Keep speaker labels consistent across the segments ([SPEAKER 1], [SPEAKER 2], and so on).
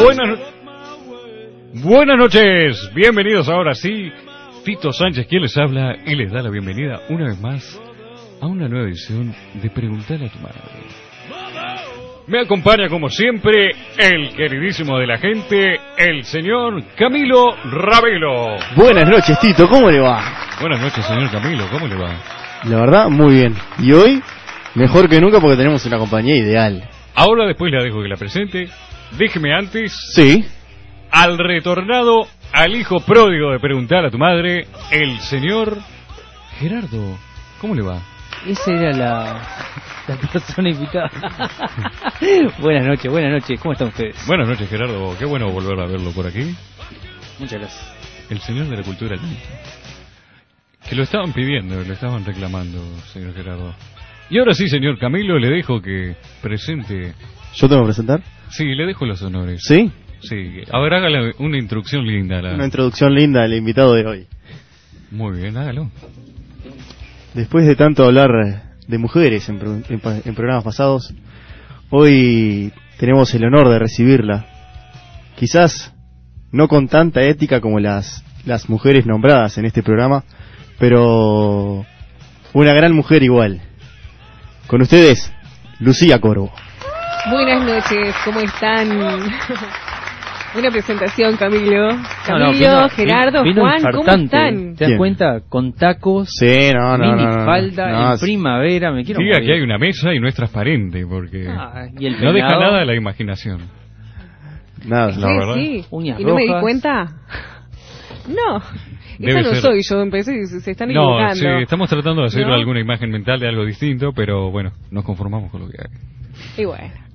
[SPEAKER 1] Buenas, buenas noches, bienvenidos ahora sí. Fito Sánchez, quien les habla y les da la bienvenida una vez más a una nueva edición de Preguntar a tu madre. Me acompaña como siempre el queridísimo de la gente, el señor Camilo Ravelo.
[SPEAKER 2] Buenas noches, Tito, ¿cómo le va?
[SPEAKER 1] Buenas noches, señor Camilo, ¿cómo le va?
[SPEAKER 2] La verdad, muy bien. Y hoy, mejor que nunca porque tenemos una compañía ideal.
[SPEAKER 1] Ahora después la dejo que la presente. Déjeme antes
[SPEAKER 2] Sí.
[SPEAKER 1] al retornado, al hijo pródigo de preguntar a tu madre, el señor Gerardo. ¿Cómo le va?
[SPEAKER 3] Esa era la, la persona invitada. buenas noches, buenas noches. ¿Cómo están ustedes?
[SPEAKER 1] Buenas noches, Gerardo. Qué bueno volver a verlo por aquí.
[SPEAKER 3] Muchas gracias.
[SPEAKER 1] El señor de la cultura alta. Que lo estaban pidiendo, lo estaban reclamando, señor Gerardo. Y ahora sí, señor Camilo, le dejo que presente.
[SPEAKER 2] ¿Yo tengo que presentar?
[SPEAKER 1] Sí, le dejo los honores.
[SPEAKER 2] Sí.
[SPEAKER 1] Sí, a ver, hágale una instrucción linda. a la-
[SPEAKER 2] Una introducción linda al invitado de hoy.
[SPEAKER 1] Muy bien, hágalo.
[SPEAKER 2] Después de tanto hablar de mujeres en, pro- en pa- en programas pasados, hoy tenemos el honor de recibirla. Quizás no con tanta ética como las, las mujeres nombradas en este programa, pero una gran mujer igual. Con ustedes, Lucía Corvo.
[SPEAKER 4] Buenas noches, ¿cómo están? Una presentación, Camilo.
[SPEAKER 3] No,
[SPEAKER 4] Camilo,
[SPEAKER 3] no, vino-
[SPEAKER 4] Gerardo,
[SPEAKER 3] vino
[SPEAKER 4] Juan, ¿cómo
[SPEAKER 3] infartante.
[SPEAKER 4] están?
[SPEAKER 3] ¿Te das
[SPEAKER 2] Bien.
[SPEAKER 3] cuenta? Con tacos,
[SPEAKER 2] Sí, no, no,
[SPEAKER 3] mini
[SPEAKER 2] no, no.
[SPEAKER 3] falda,
[SPEAKER 2] No,
[SPEAKER 3] en
[SPEAKER 2] sí.
[SPEAKER 3] primavera, me quiero
[SPEAKER 1] Diga
[SPEAKER 3] morir.
[SPEAKER 1] que hay una mesa y no es transparente, porque
[SPEAKER 3] Ah, y el
[SPEAKER 1] no deja
[SPEAKER 3] peinado.
[SPEAKER 1] nada a la imaginación.
[SPEAKER 2] Nada.
[SPEAKER 1] La
[SPEAKER 4] sí,
[SPEAKER 1] verdad.
[SPEAKER 4] sí.
[SPEAKER 3] Uñas
[SPEAKER 4] ¿Y no me di
[SPEAKER 3] rojas.
[SPEAKER 4] cuenta? No,
[SPEAKER 1] Debe
[SPEAKER 4] esa no
[SPEAKER 1] ser.
[SPEAKER 4] soy yo, empecé y se se están
[SPEAKER 1] No, sí,
[SPEAKER 4] equivocando.
[SPEAKER 1] estamos tratando de hacer
[SPEAKER 4] ¿No?
[SPEAKER 1] alguna imagen mental de algo distinto, pero bueno, nos conformamos con lo que hay.
[SPEAKER 4] Y bueno,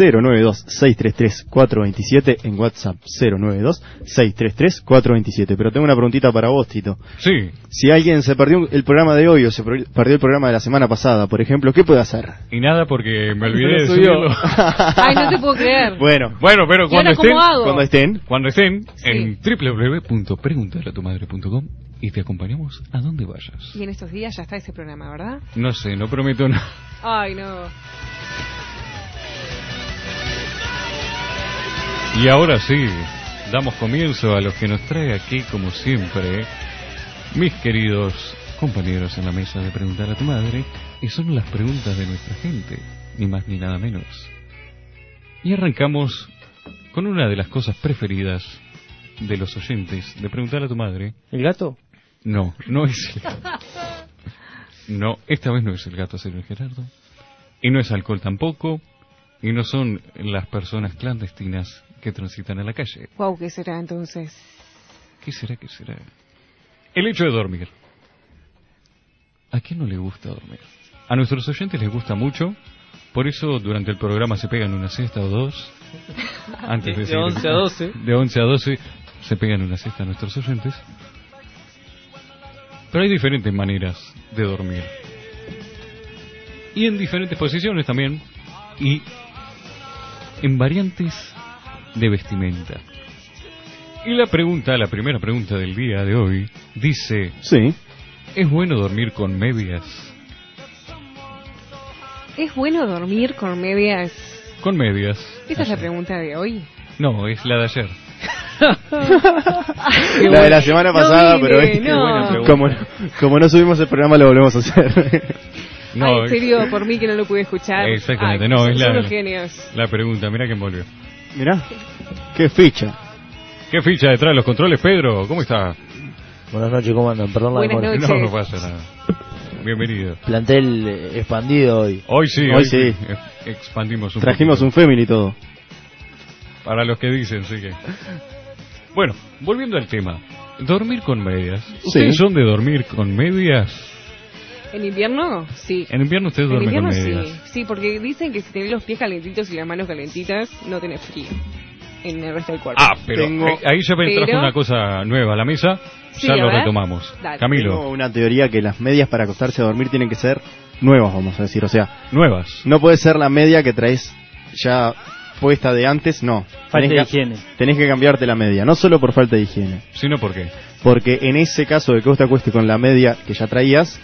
[SPEAKER 2] 092-633-427 en WhatsApp, 092-633-427. Pero tengo una preguntita para vos, Tito.
[SPEAKER 1] Sí,
[SPEAKER 2] Si alguien se perdió el programa de hoy o se pro- perdió el programa de la semana pasada, por ejemplo, ¿qué puede hacer?
[SPEAKER 1] y nada porque me olvidé
[SPEAKER 2] Pero
[SPEAKER 1] de
[SPEAKER 2] subió.
[SPEAKER 1] subirlo.
[SPEAKER 4] Ay, no te puedo creer.
[SPEAKER 2] Bueno,
[SPEAKER 1] Bueno, pero
[SPEAKER 4] ¿Y
[SPEAKER 1] cuando
[SPEAKER 4] ahora cómo
[SPEAKER 1] estén,
[SPEAKER 4] hago?
[SPEAKER 2] cuando estén,
[SPEAKER 1] cuando estén
[SPEAKER 4] Sí.
[SPEAKER 1] en www.preguntalatumadre.com y te acompañamos a donde vayas.
[SPEAKER 4] Y en estos días ya está ese programa, ¿verdad?
[SPEAKER 1] No sé, no prometo nada.
[SPEAKER 4] Ay, no.
[SPEAKER 1] Y ahora sí, damos comienzo a los que nos trae aquí, como siempre, mis queridos compañeros en la mesa de preguntar a tu madre, y son las preguntas de nuestra gente, ni más ni nada menos. Y arrancamos con una de las cosas preferidas de los oyentes de preguntar a tu madre.
[SPEAKER 3] ¿El gato?
[SPEAKER 1] No, no es el gato. No, esta vez no es el gato, señor Gerardo. Y no es alcohol tampoco. Y no son las personas clandestinas que transitan a la calle.
[SPEAKER 4] Wow, ¿qué será entonces?
[SPEAKER 1] ¿Qué será, qué será? El hecho de dormir. ¿A quién no le gusta dormir? A nuestros oyentes les gusta mucho. Por eso durante el programa se pegan una siesta o dos. Antes
[SPEAKER 3] De
[SPEAKER 1] seguir-
[SPEAKER 3] 11 a 12.
[SPEAKER 1] De 11 a 12 se pegan una siesta a nuestros oyentes. Pero hay diferentes maneras de dormir. Y en diferentes posiciones también. Y en variantes de vestimenta. Y la pregunta, la primera pregunta del día de hoy, dice,
[SPEAKER 2] sí.
[SPEAKER 1] ¿es bueno dormir con medias?
[SPEAKER 4] ¿Es bueno dormir con medias?
[SPEAKER 1] Con medias.
[SPEAKER 4] Esa es la pregunta de hoy.
[SPEAKER 1] No, es la de ayer.
[SPEAKER 2] La de la semana
[SPEAKER 4] No
[SPEAKER 2] pasada,
[SPEAKER 4] vine,
[SPEAKER 2] pero hoy,
[SPEAKER 4] no. Qué buena
[SPEAKER 1] pregunta.
[SPEAKER 2] como, como no subimos el programa, lo volvemos a hacer.
[SPEAKER 1] No,
[SPEAKER 4] Ay, en
[SPEAKER 1] es-
[SPEAKER 4] serio, por mí que no lo pude escuchar.
[SPEAKER 1] Exactamente,
[SPEAKER 4] Ay,
[SPEAKER 1] no,
[SPEAKER 4] son-
[SPEAKER 1] es la-
[SPEAKER 4] son los genios.
[SPEAKER 1] La pregunta, mira quién volvió.
[SPEAKER 2] Mirá, qué ficha.
[SPEAKER 1] ¿Qué ficha detrás de los controles, Pedro? ¿Cómo está?
[SPEAKER 5] Buenas noches, ¿cómo andan? Perdón la
[SPEAKER 4] Buenas
[SPEAKER 5] demora.
[SPEAKER 4] noches.
[SPEAKER 1] No, no pasa nada. Bienvenido.
[SPEAKER 5] Plantel eh, expandido hoy.
[SPEAKER 1] Hoy sí,
[SPEAKER 2] Hoy sí.
[SPEAKER 1] eh, Expandimos un
[SPEAKER 2] Trajimos
[SPEAKER 1] poquito.
[SPEAKER 2] un fémini y todo.
[SPEAKER 1] Para los que dicen, sí que. Bueno, volviendo al tema. Dormir con medias. ¿Ustedes son de dormir con medias?
[SPEAKER 4] ¿En invierno? Sí.
[SPEAKER 1] En invierno ustedes
[SPEAKER 4] En
[SPEAKER 1] duermen
[SPEAKER 4] invierno
[SPEAKER 1] con
[SPEAKER 4] sí.
[SPEAKER 1] medias.
[SPEAKER 4] Sí, porque dicen que si tenés los pies calentitos y las manos calentitas, no tenés frío. en el resto del cuerpo.
[SPEAKER 1] Ah, pero
[SPEAKER 2] Tengo-
[SPEAKER 1] ahí- ahí ya me trajo
[SPEAKER 4] Pero-
[SPEAKER 1] una cosa nueva a la mesa.
[SPEAKER 4] Sí,
[SPEAKER 1] ya
[SPEAKER 4] a
[SPEAKER 1] lo
[SPEAKER 4] ver.
[SPEAKER 1] retomamos.
[SPEAKER 4] Dale.
[SPEAKER 1] Camilo,
[SPEAKER 2] Tengo una teoría que las medias para acostarse a dormir tienen que ser nuevas, vamos a decir. O sea,
[SPEAKER 1] nuevas.
[SPEAKER 2] no puede ser la media que traes ya puesta de antes, no.
[SPEAKER 3] Falta de
[SPEAKER 2] Tenés que-
[SPEAKER 3] higiene.
[SPEAKER 2] Tenés que cambiarte la media, no solo por falta de higiene.
[SPEAKER 1] Sino porque
[SPEAKER 2] Porque en ese caso de que vos te acuestes con la media que ya traías,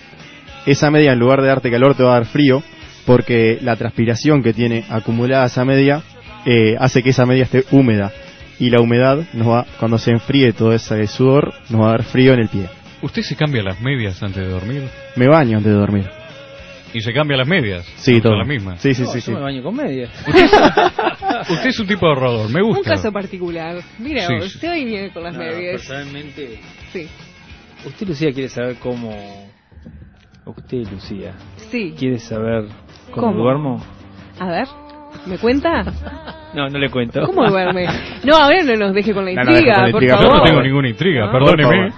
[SPEAKER 2] esa media en lugar de darte calor te va a dar frío, porque la transpiración que tiene acumulada esa media eh, hace que esa media esté húmeda. Y la humedad, nos va, cuando se enfríe todo ese sudor, nos va a dar frío en el pie.
[SPEAKER 1] usted se cambia las medias antes de dormir.
[SPEAKER 2] Me baño antes de dormir.
[SPEAKER 1] Y se cambia las medias.
[SPEAKER 2] Sí,
[SPEAKER 1] Usa
[SPEAKER 2] todo.
[SPEAKER 1] las mismas.
[SPEAKER 2] Sí, sí,
[SPEAKER 3] No,
[SPEAKER 2] sí.
[SPEAKER 3] yo
[SPEAKER 2] sí.
[SPEAKER 3] me baño con medias.
[SPEAKER 1] Usted es un tipo de ahorrador, me
[SPEAKER 4] Un
[SPEAKER 1] gusta.
[SPEAKER 4] caso particular. Mira,
[SPEAKER 1] Sí,
[SPEAKER 4] vos,
[SPEAKER 1] sí.
[SPEAKER 4] te bañé con las
[SPEAKER 3] No,
[SPEAKER 4] medias.
[SPEAKER 3] personalmente,
[SPEAKER 4] Sí.
[SPEAKER 3] usted Lucía quiere saber cómo... Usted Lucía,
[SPEAKER 4] Sí.
[SPEAKER 3] ¿quiere saber cómo,
[SPEAKER 4] ¿Cómo?
[SPEAKER 3] duermo?
[SPEAKER 4] A ver, ¿me cuenta?
[SPEAKER 3] No, no le cuento.
[SPEAKER 4] ¿Cómo duerme? No, a ver, no nos deje con la
[SPEAKER 2] No, no, deje
[SPEAKER 4] intriga,
[SPEAKER 2] con la
[SPEAKER 4] por
[SPEAKER 2] intriga,
[SPEAKER 1] Yo no
[SPEAKER 2] Por
[SPEAKER 4] favor.
[SPEAKER 1] tengo
[SPEAKER 2] favor.
[SPEAKER 1] ninguna intriga,
[SPEAKER 4] Ah.
[SPEAKER 1] perdóneme.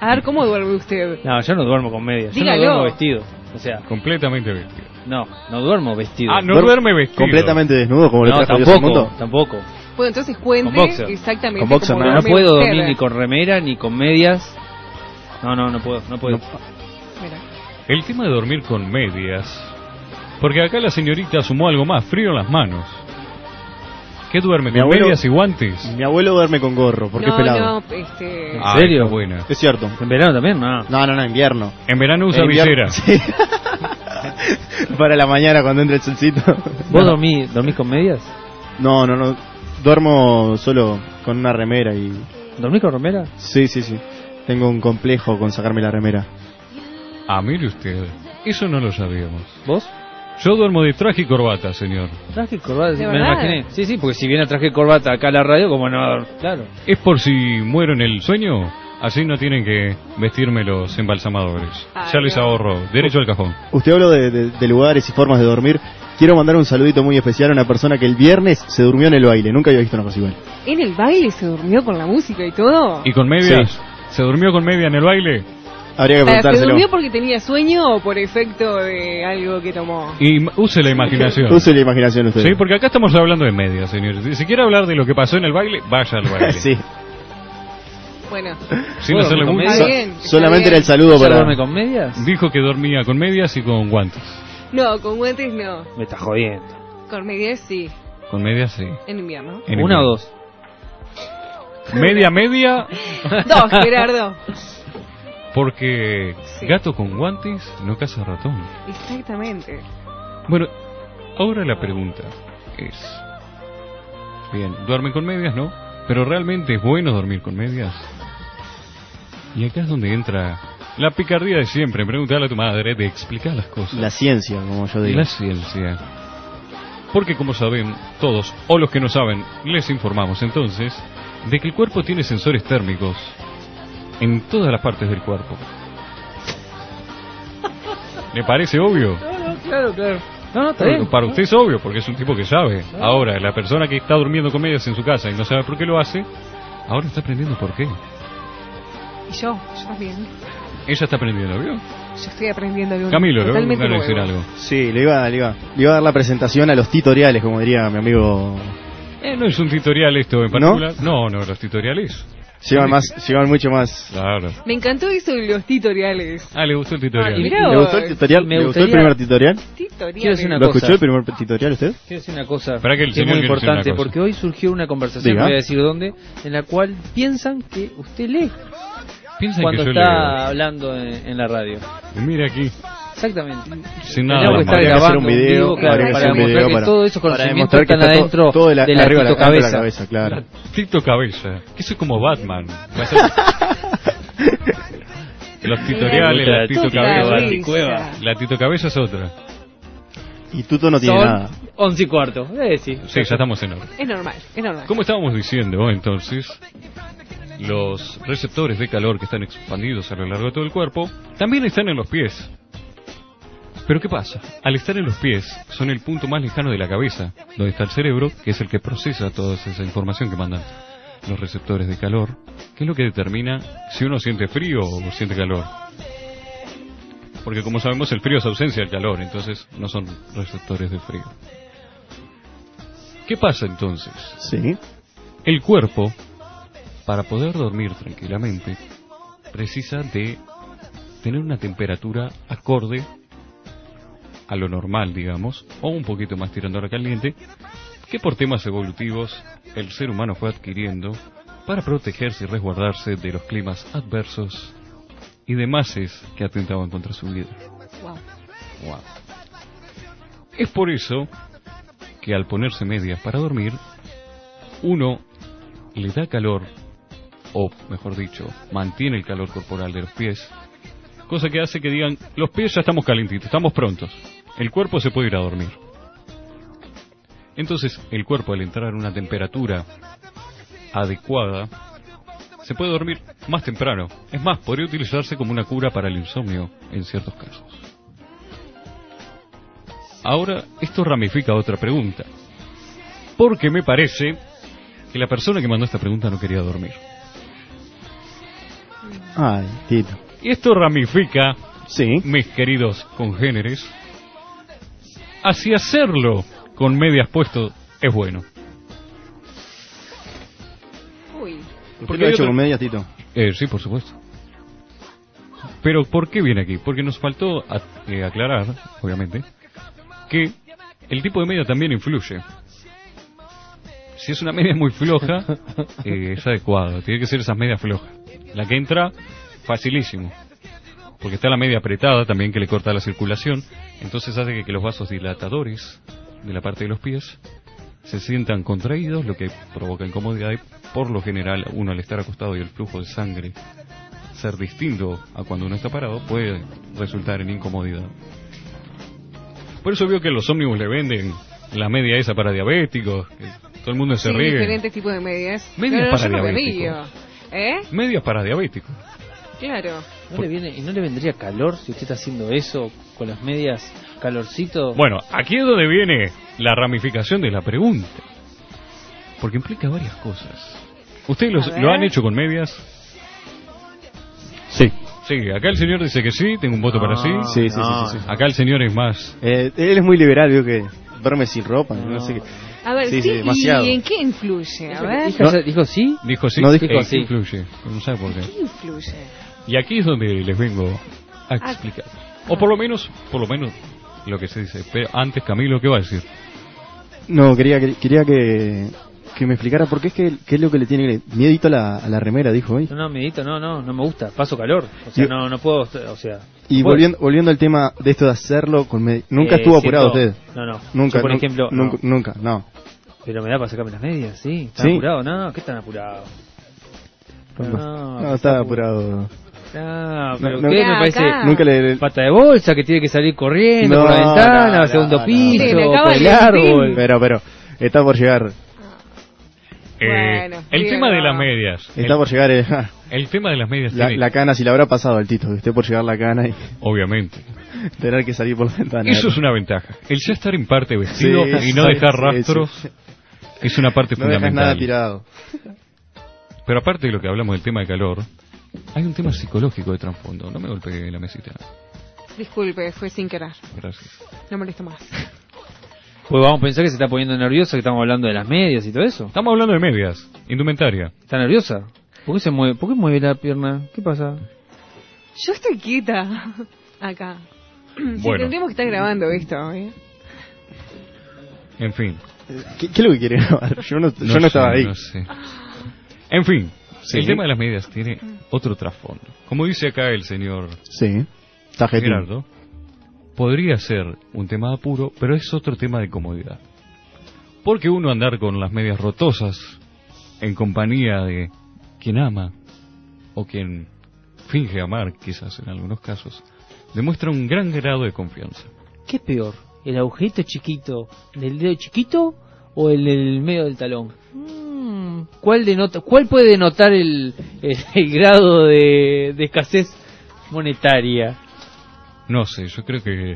[SPEAKER 4] A ver, ¿cómo duerme usted?
[SPEAKER 3] No, yo no duermo con medias. Yo
[SPEAKER 4] Dígalo.
[SPEAKER 3] no duermo vestido. O sea,
[SPEAKER 1] Completamente vestido.
[SPEAKER 3] no, no duermo vestido.
[SPEAKER 1] Ah, no
[SPEAKER 2] Duerme
[SPEAKER 1] duerme vestido.
[SPEAKER 2] Completamente desnudo, como
[SPEAKER 3] No,
[SPEAKER 2] lo trajo Dios al
[SPEAKER 3] tampoco,
[SPEAKER 2] mundo.
[SPEAKER 3] tampoco.
[SPEAKER 4] Bueno, entonces cuente
[SPEAKER 3] Con boxer.
[SPEAKER 4] exactamente
[SPEAKER 2] Con boxer,
[SPEAKER 4] cómo
[SPEAKER 2] no,
[SPEAKER 3] No,
[SPEAKER 2] no
[SPEAKER 3] no
[SPEAKER 4] duerme
[SPEAKER 3] puedo
[SPEAKER 4] usted.
[SPEAKER 3] dormir ni con remera ni con medias. No, no, no puedo, no puedo.
[SPEAKER 4] Mira.
[SPEAKER 1] El tema de dormir con medias. Porque acá la señorita sumó algo más, frío en las manos. ¿Qué duerme?
[SPEAKER 2] Mi
[SPEAKER 1] ¿Con
[SPEAKER 2] abuelo-
[SPEAKER 1] medias y guantes?
[SPEAKER 2] Mi abuelo duerme con gorro, porque
[SPEAKER 4] no,
[SPEAKER 2] es pelado.
[SPEAKER 4] no, este...
[SPEAKER 3] Ah. serio?
[SPEAKER 1] está buena.
[SPEAKER 2] Es cierto.
[SPEAKER 3] ¿En verano también? No.
[SPEAKER 2] No, no, no, invierno.
[SPEAKER 1] En verano usa
[SPEAKER 2] En
[SPEAKER 1] visera.
[SPEAKER 2] invierno- Eh, Sí. Para la mañana cuando entra el solcito.
[SPEAKER 3] ¿Vos dormí- dormís con medias?
[SPEAKER 2] No, no, no. Duermo solo con una remera y.
[SPEAKER 3] ¿Dormís con remera?
[SPEAKER 2] Sí, sí, sí. Tengo un complejo con sacarme la remera.
[SPEAKER 1] Ah, mire usted. Eso no lo sabíamos.
[SPEAKER 3] ¿Vos?
[SPEAKER 1] Yo duermo de traje y corbata, señor.
[SPEAKER 3] Traje y corbata,
[SPEAKER 4] ¿De
[SPEAKER 3] me
[SPEAKER 4] verdad?
[SPEAKER 3] imaginé. Sí, sí, porque si viene a traje y corbata acá a la radio, como no, claro.
[SPEAKER 1] Es por si muero en el sueño, así no tienen que vestirme los embalsamadores.
[SPEAKER 4] Ah,
[SPEAKER 1] ya les
[SPEAKER 4] no.
[SPEAKER 1] ahorro, derecho al cajón.
[SPEAKER 2] Usted habló de, de- de lugares y formas de dormir. Quiero mandar un saludito muy especial a una persona que el viernes se durmió en el baile. Nunca había visto una cosa igual.
[SPEAKER 4] ¿En el baile se durmió con la música y todo?
[SPEAKER 1] ¿Y con medias?
[SPEAKER 2] Sí.
[SPEAKER 1] ¿Se durmió con media en el baile?
[SPEAKER 2] Habría que
[SPEAKER 4] Ah, ¿Se
[SPEAKER 2] preguntárselo.
[SPEAKER 4] durmió porque tenía sueño o por efecto de algo que tomó?
[SPEAKER 1] Y m- use la imaginación.
[SPEAKER 2] Use la imaginación usted.
[SPEAKER 1] Sí, porque acá estamos hablando de medias, señores. Si- Si quiere hablar de lo que pasó en el baile, vaya al baile.
[SPEAKER 2] Sí.
[SPEAKER 4] Bueno,
[SPEAKER 1] Sin
[SPEAKER 3] Bueno,
[SPEAKER 1] hacerle
[SPEAKER 3] con
[SPEAKER 1] bulto.
[SPEAKER 3] medias.
[SPEAKER 4] Está bien, está
[SPEAKER 2] Solamente
[SPEAKER 4] bien.
[SPEAKER 2] era el saludo
[SPEAKER 3] ¿Ella
[SPEAKER 2] para.
[SPEAKER 3] duerme con medias?
[SPEAKER 1] Dijo que dormía con medias y con guantes.
[SPEAKER 4] no, con guantes no.
[SPEAKER 3] Me está jodiendo.
[SPEAKER 4] Con medias sí,
[SPEAKER 1] Con medias sí.
[SPEAKER 4] en invierno.
[SPEAKER 1] En
[SPEAKER 3] ¿Una
[SPEAKER 1] el-
[SPEAKER 3] o dos?
[SPEAKER 1] Media, media,
[SPEAKER 4] Dos, Gerardo.
[SPEAKER 1] porque
[SPEAKER 4] Sí.
[SPEAKER 1] gato con guantes no caza ratón.
[SPEAKER 4] Exactamente.
[SPEAKER 1] Bueno, ahora la pregunta es... Bien, duermen con medias, ¿no? Pero realmente es bueno dormir con medias. Y acá es donde entra la picardía de siempre, preguntarle a tu madre, de explicar las cosas.
[SPEAKER 2] La ciencia, como yo digo.
[SPEAKER 1] La ciencia. Porque como saben todos, o los que no saben, les informamos entonces de que el cuerpo tiene sensores térmicos en todas las partes del cuerpo. ¿Le parece obvio?
[SPEAKER 3] No, no, claro, claro. No, no, está bien.
[SPEAKER 1] Para usted es obvio, porque es un tipo que sabe. Ahora, la persona que está durmiendo con medias en su casa y no sabe por qué lo hace, ahora está aprendiendo por qué.
[SPEAKER 4] Y yo, yo también.
[SPEAKER 1] Ella está aprendiendo, ¿vio?
[SPEAKER 4] Yo estoy aprendiendo algo
[SPEAKER 1] Camilo, le voy a
[SPEAKER 4] totalmente
[SPEAKER 1] preguntar a decir
[SPEAKER 4] nuevo.
[SPEAKER 1] algo.
[SPEAKER 2] Sí, le iba, le, iba, le iba a dar la presentación a los tutoriales, como diría mi amigo.
[SPEAKER 1] Eh, no es un tutorial esto en
[SPEAKER 2] ¿No?
[SPEAKER 1] particular. No, no, los tutoriales.
[SPEAKER 2] Llevan, más, llevan mucho más
[SPEAKER 1] Claro.
[SPEAKER 4] Me encantó eso de los tutoriales.
[SPEAKER 1] Ah, le gustó el tutorial.
[SPEAKER 3] Ah, y
[SPEAKER 4] mirá
[SPEAKER 2] ¿Le gustó el tutorial?
[SPEAKER 3] Me
[SPEAKER 2] ¿Le gustó el
[SPEAKER 3] gustaría-
[SPEAKER 2] primer tutorial?
[SPEAKER 3] Quiero
[SPEAKER 4] Tutoriales.
[SPEAKER 3] hacer una
[SPEAKER 2] ¿Lo
[SPEAKER 3] cosa.
[SPEAKER 2] escuchó el primer tutorial usted?
[SPEAKER 3] Quiero decir una cosa
[SPEAKER 1] Esperá que el
[SPEAKER 3] que es
[SPEAKER 1] señor
[SPEAKER 3] muy
[SPEAKER 1] quiere decir una
[SPEAKER 3] importante,
[SPEAKER 1] cosa.
[SPEAKER 3] porque hoy surgió una conversación,
[SPEAKER 2] Diga.
[SPEAKER 3] no voy a decir dónde, en la cual piensan que usted lee
[SPEAKER 1] Piensa que
[SPEAKER 3] cuando
[SPEAKER 1] yo
[SPEAKER 3] está
[SPEAKER 1] leo.
[SPEAKER 3] hablando en, en la radio.
[SPEAKER 1] Y Mira aquí,
[SPEAKER 3] Exactamente.
[SPEAKER 1] sin nada.
[SPEAKER 3] Tenemos que
[SPEAKER 1] de
[SPEAKER 3] estar
[SPEAKER 1] magia.
[SPEAKER 2] Ah, Habría que hacer
[SPEAKER 3] grabando
[SPEAKER 2] un
[SPEAKER 3] un
[SPEAKER 2] video,
[SPEAKER 3] vivo, claro,
[SPEAKER 2] habría que
[SPEAKER 3] para
[SPEAKER 2] hacer un
[SPEAKER 3] demostrar
[SPEAKER 2] video
[SPEAKER 3] que
[SPEAKER 2] para-
[SPEAKER 3] todos esos
[SPEAKER 2] para
[SPEAKER 3] conocimientos
[SPEAKER 2] demostrar que
[SPEAKER 3] están
[SPEAKER 2] está todo-
[SPEAKER 3] adentro
[SPEAKER 2] todo de la-
[SPEAKER 3] de la
[SPEAKER 2] arriba de la-
[SPEAKER 3] titocabeza.
[SPEAKER 2] de la cabeza, claro.
[SPEAKER 1] Tito Cabeza, que soy como Batman. Va a ser- Los tutoriales, la Tito Cabeza.
[SPEAKER 4] Tutoriales.
[SPEAKER 1] La Tito Cabeza es otra.
[SPEAKER 2] Y Tuto no tiene
[SPEAKER 3] Son
[SPEAKER 2] nada.
[SPEAKER 3] 11 y cuarto. Eh, sí.
[SPEAKER 1] Sí, ya estamos en orden.
[SPEAKER 4] Es normal, es normal.
[SPEAKER 1] Como estábamos diciendo eh, entonces, los receptores de calor que están expandidos a lo largo de todo el cuerpo también están en los pies. Pero ¿qué pasa? Al estar en los pies, son el punto más lejano de la cabeza, donde está el cerebro, que es el que procesa toda esa información que mandan los receptores de calor, que es lo que determina si uno siente frío o siente calor. Porque como sabemos, el frío es ausencia del calor, entonces no son receptores de frío. ¿Qué pasa entonces?
[SPEAKER 2] Sí.
[SPEAKER 1] El cuerpo, para poder dormir tranquilamente, precisa de tener una temperatura acorde a lo normal, digamos, o un poquito más tirando a la caliente, que por temas evolutivos el ser humano fue adquiriendo para protegerse y resguardarse de los climas adversos y demases que atentaban contra su vida.
[SPEAKER 4] Wow.
[SPEAKER 1] Wow. Es por eso que al ponerse medias para dormir, uno le da calor, o mejor dicho, mantiene el calor corporal de los pies, cosa que hace que digan, los pies ya estamos calentitos, estamos prontos, el cuerpo se puede ir a dormir. Entonces, el cuerpo al entrar en una temperatura adecuada, se puede dormir más temprano. Es más, podría utilizarse como una cura para el insomnio en ciertos casos. Ahora, esto ramifica a otra pregunta. Porque me parece que la persona que mandó esta pregunta no quería dormir.
[SPEAKER 2] Ay, Tito.
[SPEAKER 1] Y esto ramifica,
[SPEAKER 2] Sí.
[SPEAKER 1] mis queridos congéneres, hacia hacerlo con medias puesto es bueno.
[SPEAKER 4] Uy.
[SPEAKER 2] ¿Usted
[SPEAKER 1] Porque
[SPEAKER 2] lo ha
[SPEAKER 1] hay
[SPEAKER 2] hecho
[SPEAKER 1] otro-
[SPEAKER 2] con medias, Tito?
[SPEAKER 1] Eh, sí, por supuesto. Pero ¿por qué viene aquí? Porque nos faltó a- eh, aclarar, obviamente, que el tipo de media también influye. Si es una media muy floja, eh, es adecuado. Tiene que ser esas medias flojas. La que entra, facilísimo. Porque está la media apretada también que le corta la circulación. Entonces hace que, que los vasos dilatadores de la parte de los pies se sientan contraídos, lo que provoca incomodidad y por lo general uno al estar acostado y el flujo de sangre ser distinto a cuando uno está parado puede resultar en incomodidad. Por eso veo que los ómnibus le venden la media esa para diabéticos, que todo el mundo se
[SPEAKER 4] Sí,
[SPEAKER 1] ríe.
[SPEAKER 4] diferentes tipos de medias.
[SPEAKER 1] Medias
[SPEAKER 4] No, no,
[SPEAKER 1] para
[SPEAKER 4] yo no me
[SPEAKER 1] diabéticos.
[SPEAKER 4] río. ¿Eh?
[SPEAKER 1] Medias para diabéticos.
[SPEAKER 4] Claro.
[SPEAKER 3] ¿No le, viene, ¿No le vendría calor si usted está haciendo eso con las medias? ¿Calorcito?
[SPEAKER 1] Bueno, aquí es donde viene la ramificación de la pregunta. Porque implica varias cosas. ¿Ustedes los-
[SPEAKER 4] A ver.
[SPEAKER 1] lo han hecho con medias?
[SPEAKER 2] Sí.
[SPEAKER 1] Sí, acá el señor dice que sí, tengo un voto
[SPEAKER 4] Ah.
[SPEAKER 1] para sí.
[SPEAKER 2] Sí, sí, sí, sí, sí.
[SPEAKER 1] Acá el señor es más.
[SPEAKER 2] Eh, él es muy liberal, veo que duerme sin ropa, no,
[SPEAKER 3] No.
[SPEAKER 2] sé qué.
[SPEAKER 4] A ver,
[SPEAKER 2] Sí,
[SPEAKER 4] sí,
[SPEAKER 2] sí, demasiado.
[SPEAKER 4] ¿y en qué influye? A ver,
[SPEAKER 3] ¿Dijo, dijo sí?
[SPEAKER 1] Dijo sí,
[SPEAKER 2] No dijo
[SPEAKER 1] eh,
[SPEAKER 3] sí.
[SPEAKER 1] influye. No sabe por qué.
[SPEAKER 4] ¿qué influye?
[SPEAKER 1] Y aquí es donde les vengo
[SPEAKER 4] Ah.
[SPEAKER 1] a explicar. O por lo menos, por lo menos lo que se dice. Pero antes Camilo, ¿qué va a decir?
[SPEAKER 2] No, quería, quería que, que me explicara por qué es que, qué es lo que le tiene miedito a la, a la remera, dijo hoy.
[SPEAKER 3] No, no, medito, no, no, no me gusta. Paso calor. O sea,
[SPEAKER 2] Yo-
[SPEAKER 3] no, no puedo, o sea...
[SPEAKER 2] Y
[SPEAKER 3] no puedo.
[SPEAKER 2] volviendo, volviendo al tema de esto de hacerlo con medi- Nunca
[SPEAKER 3] Eh,
[SPEAKER 2] estuvo apurado
[SPEAKER 3] siento-
[SPEAKER 2] usted.
[SPEAKER 3] No, no.
[SPEAKER 2] Nunca,
[SPEAKER 3] Yo, por
[SPEAKER 2] nun-
[SPEAKER 3] ejemplo, no.
[SPEAKER 2] nunca, nunca, no.
[SPEAKER 3] Pero me da para sacarme las medias, ¿sí? ¿Están
[SPEAKER 2] Sí.
[SPEAKER 3] apurado? No, ¿qué están apurado? No,
[SPEAKER 2] No,
[SPEAKER 3] pues
[SPEAKER 2] estaba
[SPEAKER 3] está
[SPEAKER 2] apurado.
[SPEAKER 3] No, pero
[SPEAKER 2] no,
[SPEAKER 3] ¿qué
[SPEAKER 4] no.
[SPEAKER 3] me parece?
[SPEAKER 4] Acá.
[SPEAKER 2] Nunca le.
[SPEAKER 3] Pata de bolsa que tiene que salir corriendo
[SPEAKER 2] No,
[SPEAKER 3] por la
[SPEAKER 2] no,
[SPEAKER 3] ventana,
[SPEAKER 2] no,
[SPEAKER 3] al segundo
[SPEAKER 2] no.
[SPEAKER 3] piso,
[SPEAKER 4] Sí, me acaba
[SPEAKER 3] por el
[SPEAKER 4] de decir.
[SPEAKER 3] árbol.
[SPEAKER 2] Pero, pero, está por llegar.
[SPEAKER 4] Bueno,
[SPEAKER 1] Eh, el
[SPEAKER 4] bien,
[SPEAKER 1] tema de
[SPEAKER 4] no.
[SPEAKER 1] las medias. El,
[SPEAKER 2] Está por llegar eh, ja,
[SPEAKER 1] el tema de las medias
[SPEAKER 2] la,
[SPEAKER 1] tiene-
[SPEAKER 2] la cana, si le habrá pasado al Tito, que esté por llegar la cana y
[SPEAKER 1] obviamente.
[SPEAKER 2] tener que salir por la ventana.
[SPEAKER 1] Eso es una ventaja. El ya estar en parte vestido
[SPEAKER 2] Sí,
[SPEAKER 1] y no
[SPEAKER 2] sí,
[SPEAKER 1] dejar
[SPEAKER 2] sí,
[SPEAKER 1] rastros
[SPEAKER 2] sí.
[SPEAKER 1] es una parte
[SPEAKER 2] No dejas
[SPEAKER 1] fundamental.
[SPEAKER 2] nada tirado.
[SPEAKER 1] Pero aparte de lo que hablamos del tema de calor, hay un tema psicológico de trasfondo. No me golpeé la mesita.
[SPEAKER 4] Disculpe, fue sin querer.
[SPEAKER 1] Gracias.
[SPEAKER 4] No molesto más.
[SPEAKER 3] Pues vamos a pensar que se está poniendo nerviosa, que estamos hablando de las medias y todo eso.
[SPEAKER 1] Estamos hablando de medias, indumentaria.
[SPEAKER 3] ¿Está nerviosa? ¿Por qué se mueve? ¿Por qué mueve la pierna? ¿Qué pasa?
[SPEAKER 4] Yo estoy quieta acá. Sí,
[SPEAKER 1] Bueno.
[SPEAKER 4] tendríamos que estar grabando esto, ¿eh?
[SPEAKER 1] En fin.
[SPEAKER 2] Eh, ¿Qué, qué es lo que quiere grabar? Yo no, yo no
[SPEAKER 1] sé,
[SPEAKER 2] estaba ahí.
[SPEAKER 1] no sé. En fin,
[SPEAKER 2] Sí.
[SPEAKER 1] el tema de las medias tiene otro trasfondo. Como dice acá el señor
[SPEAKER 2] Sí. Está jetín.
[SPEAKER 1] Gerardo, podría ser un tema de apuro, pero es otro tema de comodidad. Porque uno andar con las medias rotosas en compañía de quien ama o quien finge amar, quizás en algunos casos, demuestra un gran grado de confianza.
[SPEAKER 3] ¿Qué es peor? ¿El agujerito chiquito del dedo chiquito o el del medio del talón? Mm, ¿Cuál, denota, ¿Cuál puede denotar el, el- el grado de, de escasez monetaria?
[SPEAKER 1] No sé, yo creo que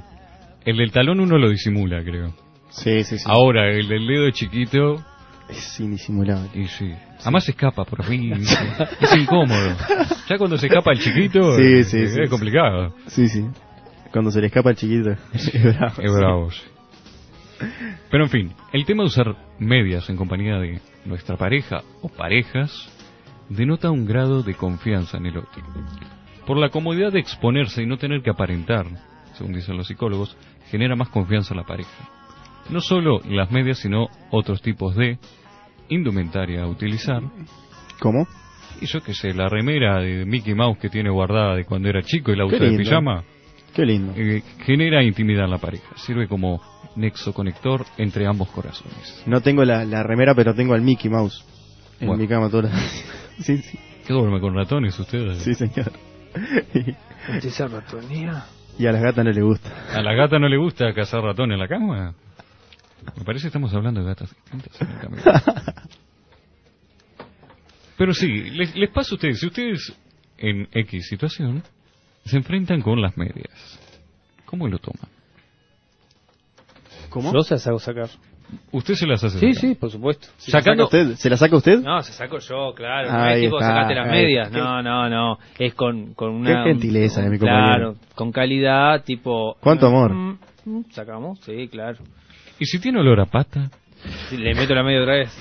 [SPEAKER 1] el del talón uno lo disimula, creo.
[SPEAKER 2] Sí, sí, sí.
[SPEAKER 1] Ahora, el del dedo chiquito,
[SPEAKER 2] Es indisimulable.
[SPEAKER 1] y sí. Además se escapa por fin, es incómodo. Ya cuando se escapa el chiquito,
[SPEAKER 2] Sí,
[SPEAKER 1] eh,
[SPEAKER 2] sí,
[SPEAKER 1] es
[SPEAKER 2] sí, sí.
[SPEAKER 1] complicado.
[SPEAKER 2] Sí, sí. Cuando se le escapa el chiquito. Es bravo.
[SPEAKER 1] Es bravo, sí. Pero en fin, el tema de usar medias en compañía de nuestra pareja o parejas denota un grado de confianza en el otro. Por la comodidad de exponerse y no tener que aparentar, según dicen los psicólogos, genera más confianza en la pareja. No solo las medias, sino otros tipos de indumentaria a utilizar.
[SPEAKER 2] ¿Cómo?
[SPEAKER 1] Y yo qué sé, la remera de Mickey Mouse que tiene guardada de cuando era chico y la
[SPEAKER 2] Qué
[SPEAKER 1] usa de
[SPEAKER 2] lindo.
[SPEAKER 1] pijama.
[SPEAKER 2] Qué lindo.
[SPEAKER 1] Eh, genera intimidad en la pareja, sirve como nexo conector entre ambos corazones.
[SPEAKER 2] No tengo la, la remera, pero tengo al Mickey Mouse en
[SPEAKER 1] Bueno.
[SPEAKER 2] mi cama toda la... sí, sí,
[SPEAKER 1] ¿Qué duerme con ratones ustedes?
[SPEAKER 2] sí, señor.
[SPEAKER 3] esa ratonía?
[SPEAKER 2] y a las gatas no le gusta.
[SPEAKER 1] ¿A la gata no le gusta cazar ratón en la cama? Me parece que estamos hablando de gatas distintas. en el camino. Pero sí, les, les pasa a ustedes, si ustedes en X situación se enfrentan con las medias, ¿cómo lo toman?
[SPEAKER 2] ¿Cómo?
[SPEAKER 5] Yo se las hago sacar.
[SPEAKER 1] Usted se las hace.
[SPEAKER 3] Sí,
[SPEAKER 1] sacar.
[SPEAKER 3] sí, por supuesto.
[SPEAKER 2] ¿Se la saca
[SPEAKER 3] Sacando-
[SPEAKER 2] usted? ¿Se la saca usted?
[SPEAKER 3] No, se saco yo, claro. No
[SPEAKER 2] Ahí
[SPEAKER 3] es tipo
[SPEAKER 2] está,
[SPEAKER 3] sacate las
[SPEAKER 2] ahí.
[SPEAKER 3] medias.
[SPEAKER 2] Qué-
[SPEAKER 3] No, no, no. Es con, con una.
[SPEAKER 2] Qué gentileza de mi
[SPEAKER 3] Claro,
[SPEAKER 2] compañero.
[SPEAKER 3] con calidad, tipo.
[SPEAKER 2] Cuánto
[SPEAKER 3] mm,
[SPEAKER 2] amor.
[SPEAKER 3] mm, mm, Sacamos, sí, claro.
[SPEAKER 1] ¿Y si tiene olor a pata?
[SPEAKER 3] Sí, Le meto la media otra vez.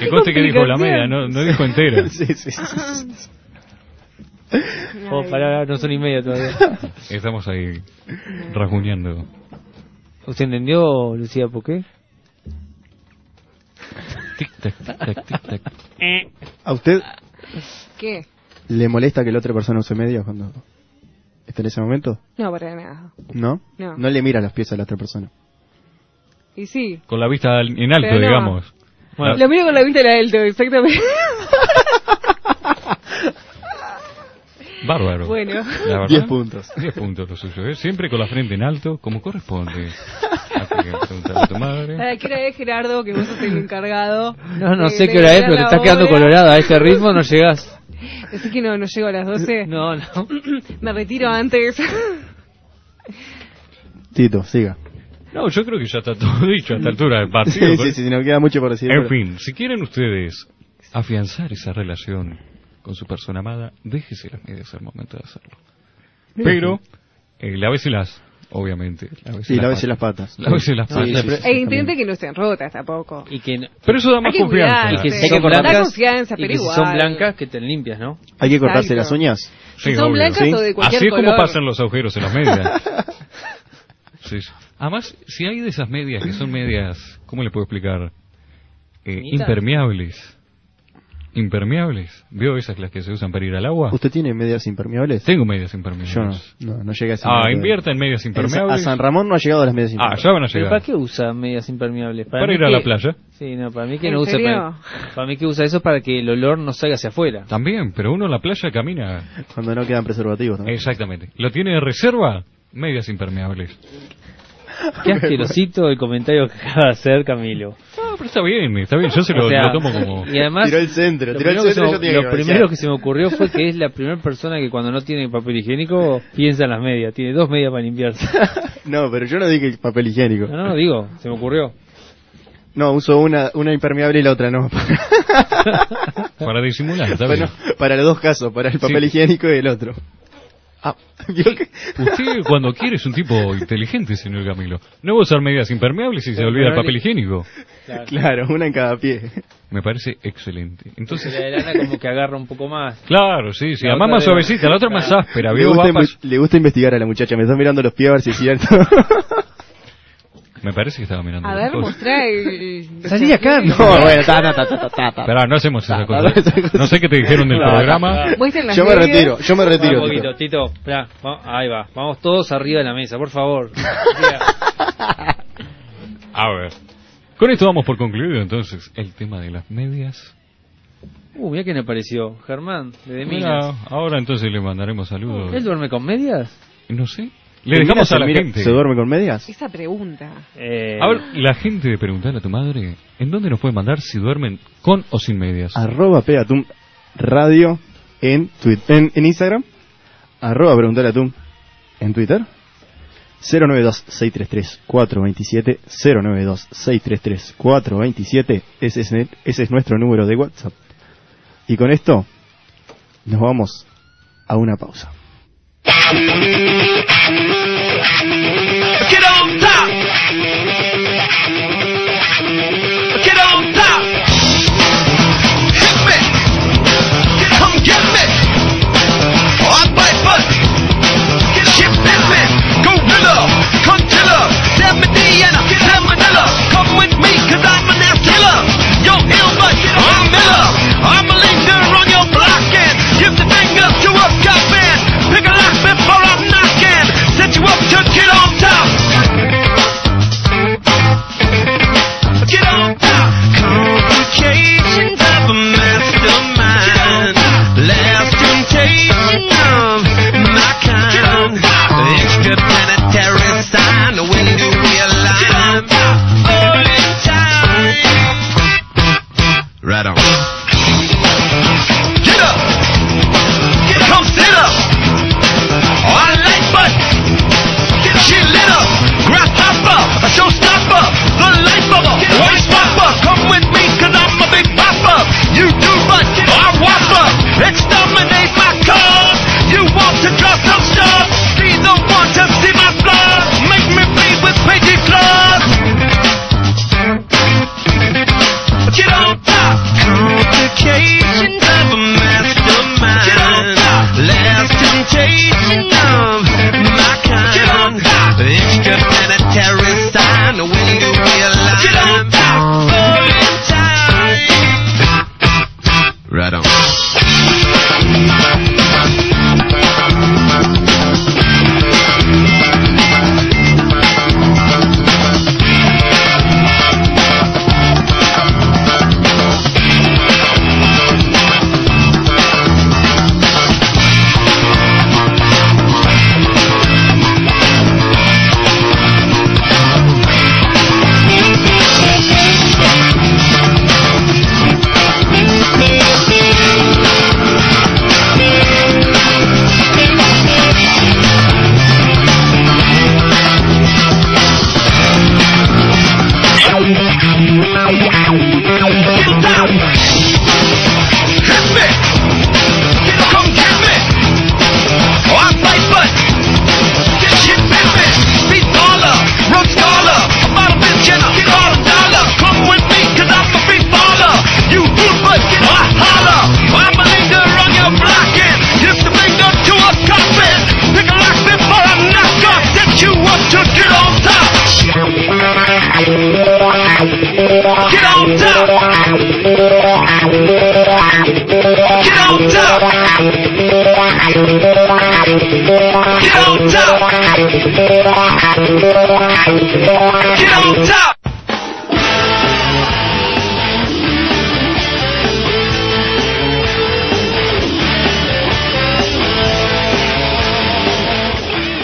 [SPEAKER 1] Que conste que dijo la media, no, no dijo entera.
[SPEAKER 2] Sí, sí, sí, sí.
[SPEAKER 3] Oh, pará, no son y media todavía.
[SPEAKER 1] Estamos ahí rasguñando.
[SPEAKER 3] ¿Usted entendió, Lucía, por qué?
[SPEAKER 1] Tic tac, tic tac, tic tac.
[SPEAKER 2] ¿A usted
[SPEAKER 4] ¿Qué?
[SPEAKER 2] le molesta que la otra persona use medias cuando está en ese momento?
[SPEAKER 4] No, para nada.
[SPEAKER 2] ¿No?
[SPEAKER 4] No.
[SPEAKER 2] le mira los pies a la otra persona.
[SPEAKER 4] Y sí.
[SPEAKER 1] Con la vista al- en alto,
[SPEAKER 4] Pero no.
[SPEAKER 1] digamos. Bueno,
[SPEAKER 4] Lo miro con la vista de la Elto, exactamente.
[SPEAKER 1] bárbaro.
[SPEAKER 4] Bueno.
[SPEAKER 1] La verdad,
[SPEAKER 2] Diez puntos.
[SPEAKER 1] 10 puntos lo suyo, ¿eh? Siempre con la frente en alto, como corresponde. Así que preguntale a tu madre.
[SPEAKER 4] ¿A qué hora es, Gerardo, que vos sos el encargado?
[SPEAKER 3] No, no
[SPEAKER 4] de-
[SPEAKER 3] sé
[SPEAKER 4] de
[SPEAKER 3] qué hora es,
[SPEAKER 4] mirar
[SPEAKER 3] pero te
[SPEAKER 4] la
[SPEAKER 3] estás quedando
[SPEAKER 4] obra?
[SPEAKER 3] colorada. A este ritmo no llegás.
[SPEAKER 4] Así que no, no llego a las 12.
[SPEAKER 3] No, no.
[SPEAKER 4] Me retiro antes.
[SPEAKER 2] Tito, siga.
[SPEAKER 1] No, yo creo que ya está todo dicho a esta altura del
[SPEAKER 2] Sí,
[SPEAKER 1] partido.
[SPEAKER 2] sí,
[SPEAKER 1] pero-
[SPEAKER 2] sí, sí, no queda mucho por decir.
[SPEAKER 1] En
[SPEAKER 2] pero-
[SPEAKER 1] fin, si quieren ustedes afianzar esa relación con su persona amada, déjese las medias al momento de hacerlo. Pero, eh, láveselas, obviamente.
[SPEAKER 2] Sí, lávese las patas.
[SPEAKER 1] Lávese las
[SPEAKER 2] Sí,
[SPEAKER 1] patas.
[SPEAKER 2] sí, sí,
[SPEAKER 4] e
[SPEAKER 2] también.
[SPEAKER 4] intente que no sean rotas tampoco.
[SPEAKER 3] Y que, no-
[SPEAKER 1] Pero eso da más
[SPEAKER 4] Hay que
[SPEAKER 1] confianza.
[SPEAKER 4] cuidarse.
[SPEAKER 3] y que
[SPEAKER 4] Sí.
[SPEAKER 3] si son
[SPEAKER 4] Da
[SPEAKER 3] blancas.
[SPEAKER 4] confianza,
[SPEAKER 3] y
[SPEAKER 4] pero
[SPEAKER 3] que si
[SPEAKER 4] igual.
[SPEAKER 3] son blancas, que te limpias, ¿no?
[SPEAKER 2] Hay que cortarse
[SPEAKER 4] Exacto.
[SPEAKER 2] las uñas.
[SPEAKER 1] Sí,
[SPEAKER 4] si son
[SPEAKER 1] obvio.
[SPEAKER 4] blancas
[SPEAKER 2] Sí.
[SPEAKER 4] o de cualquier
[SPEAKER 1] Así es
[SPEAKER 4] color.
[SPEAKER 1] como pasan los agujeros en las medias. Sí, sí. Además, si hay de esas medias que son medias, ¿cómo le puedo explicar? Eh,
[SPEAKER 3] Finitas.
[SPEAKER 1] impermeables. Impermeables. ¿Veo esas las que se usan para ir al agua?
[SPEAKER 2] ¿Usted tiene medias impermeables?
[SPEAKER 1] Tengo medias impermeables.
[SPEAKER 2] Yo no. No, no llega a ese
[SPEAKER 1] Ah,
[SPEAKER 2] nivel.
[SPEAKER 1] invierta en medias
[SPEAKER 2] En Sa- A
[SPEAKER 1] impermeables.
[SPEAKER 2] San Ramón no ha llegado a las medias
[SPEAKER 1] Ah,
[SPEAKER 2] impermeables.
[SPEAKER 1] ya van a
[SPEAKER 3] ¿Pero para
[SPEAKER 1] llegar.
[SPEAKER 3] qué usa medias impermeables?
[SPEAKER 1] Para
[SPEAKER 3] mí
[SPEAKER 1] ir a
[SPEAKER 3] que-
[SPEAKER 1] la playa.
[SPEAKER 3] Sí, no, para mí que
[SPEAKER 4] ¿En
[SPEAKER 3] no usa.
[SPEAKER 4] serio?
[SPEAKER 3] Para, para mí que usa eso para que el olor no salga hacia afuera.
[SPEAKER 1] También, pero uno en la playa camina.
[SPEAKER 2] Cuando no quedan preservativos. ¿no?
[SPEAKER 1] Exactamente. ¿Lo tiene de reserva? Medias impermeables.
[SPEAKER 3] Qué asquerosito el comentario que acaba de hacer Camilo.
[SPEAKER 1] No, Ah, pero está bien, está bien. Yo se lo,
[SPEAKER 3] O sea,
[SPEAKER 1] lo tomo como...
[SPEAKER 3] Y además,
[SPEAKER 2] Tiró el centro,
[SPEAKER 3] lo
[SPEAKER 2] tiró el
[SPEAKER 3] primero que
[SPEAKER 2] centro,
[SPEAKER 3] se
[SPEAKER 2] yo
[SPEAKER 3] me-
[SPEAKER 2] tenía que
[SPEAKER 3] Lo
[SPEAKER 2] anunciar.
[SPEAKER 3] primero que se me ocurrió fue que es la primera persona que cuando no tiene papel higiénico piensa en las medias. Tiene dos medias para limpiarse.
[SPEAKER 2] No, pero yo no dije el papel higiénico.
[SPEAKER 3] No, no, no, digo, se me ocurrió.
[SPEAKER 2] No, uso una, una impermeable y la otra no.
[SPEAKER 1] Para disimular, está
[SPEAKER 2] Bueno,
[SPEAKER 1] bien.
[SPEAKER 2] para los dos casos, para el papel
[SPEAKER 1] Sí.
[SPEAKER 2] higiénico y el otro. Ah, ¿vio que-
[SPEAKER 1] Usted cuando quiere es un tipo inteligente, señor Camilo. No va a usar medias impermeables y se olvida el papel higiénico.
[SPEAKER 2] Claro, una en cada pie.
[SPEAKER 1] Me parece excelente.
[SPEAKER 3] La de
[SPEAKER 1] Entonces,
[SPEAKER 3] lana como que agarra un poco más.
[SPEAKER 1] claro, sí, sí.
[SPEAKER 3] La
[SPEAKER 1] Además
[SPEAKER 3] otra era-
[SPEAKER 1] más suavecita, la otra más
[SPEAKER 3] Claro.
[SPEAKER 1] áspera.
[SPEAKER 2] Le
[SPEAKER 1] veo
[SPEAKER 2] gusta,
[SPEAKER 1] papas.
[SPEAKER 2] inve- le gusta investigar a la muchacha, me está mirando los pies a ver si es cierto.
[SPEAKER 1] Me parece que estaba mirando.
[SPEAKER 4] A
[SPEAKER 1] otra
[SPEAKER 4] ver,
[SPEAKER 2] Pues,
[SPEAKER 1] cosa.
[SPEAKER 4] mostrá el...
[SPEAKER 3] Salí de acá,
[SPEAKER 2] no,
[SPEAKER 3] no.
[SPEAKER 2] bueno, ta, ta, ta, ta, ta, ta.
[SPEAKER 1] Pará, no hacemos esa
[SPEAKER 2] no,
[SPEAKER 1] cosa.
[SPEAKER 2] esa cosa.
[SPEAKER 1] No sé qué te dijeron del
[SPEAKER 2] No, no,
[SPEAKER 1] programa.
[SPEAKER 4] Muestren las
[SPEAKER 2] Yo me
[SPEAKER 4] medias.
[SPEAKER 2] retiro, yo me
[SPEAKER 3] Pará
[SPEAKER 2] retiro.
[SPEAKER 3] un poquito,
[SPEAKER 2] Tito.
[SPEAKER 3] Tito. Pará, va- ahí va. Vamos todos arriba de la mesa, por favor. Mira,
[SPEAKER 1] A ver. Con esto vamos por concluido entonces el tema de las medias.
[SPEAKER 3] Uh, mira quién apareció. Germán, de
[SPEAKER 1] Mira,
[SPEAKER 3] Minas.
[SPEAKER 1] ahora entonces le mandaremos saludos.
[SPEAKER 3] ¿Él duerme con medias?
[SPEAKER 1] No sé. Le dejamos
[SPEAKER 2] ¿Se
[SPEAKER 1] a la
[SPEAKER 2] mira-
[SPEAKER 1] gente.
[SPEAKER 2] ¿Se duerme con medias?
[SPEAKER 4] Esa pregunta.
[SPEAKER 3] Eh,
[SPEAKER 1] A ver, la gente de preguntarle a tu madre, ¿en dónde nos puede mandar si duermen con o sin medias?
[SPEAKER 2] Arroba Pegatum Radio en, Twitter, en, en Instagram. Arroba Preguntale a Tum en Twitter. 092-633-427. 092-633-427. Ese es, el- ese es nuestro número de WhatsApp. Y con esto nos vamos a una pausa.
[SPEAKER 6] Get on top.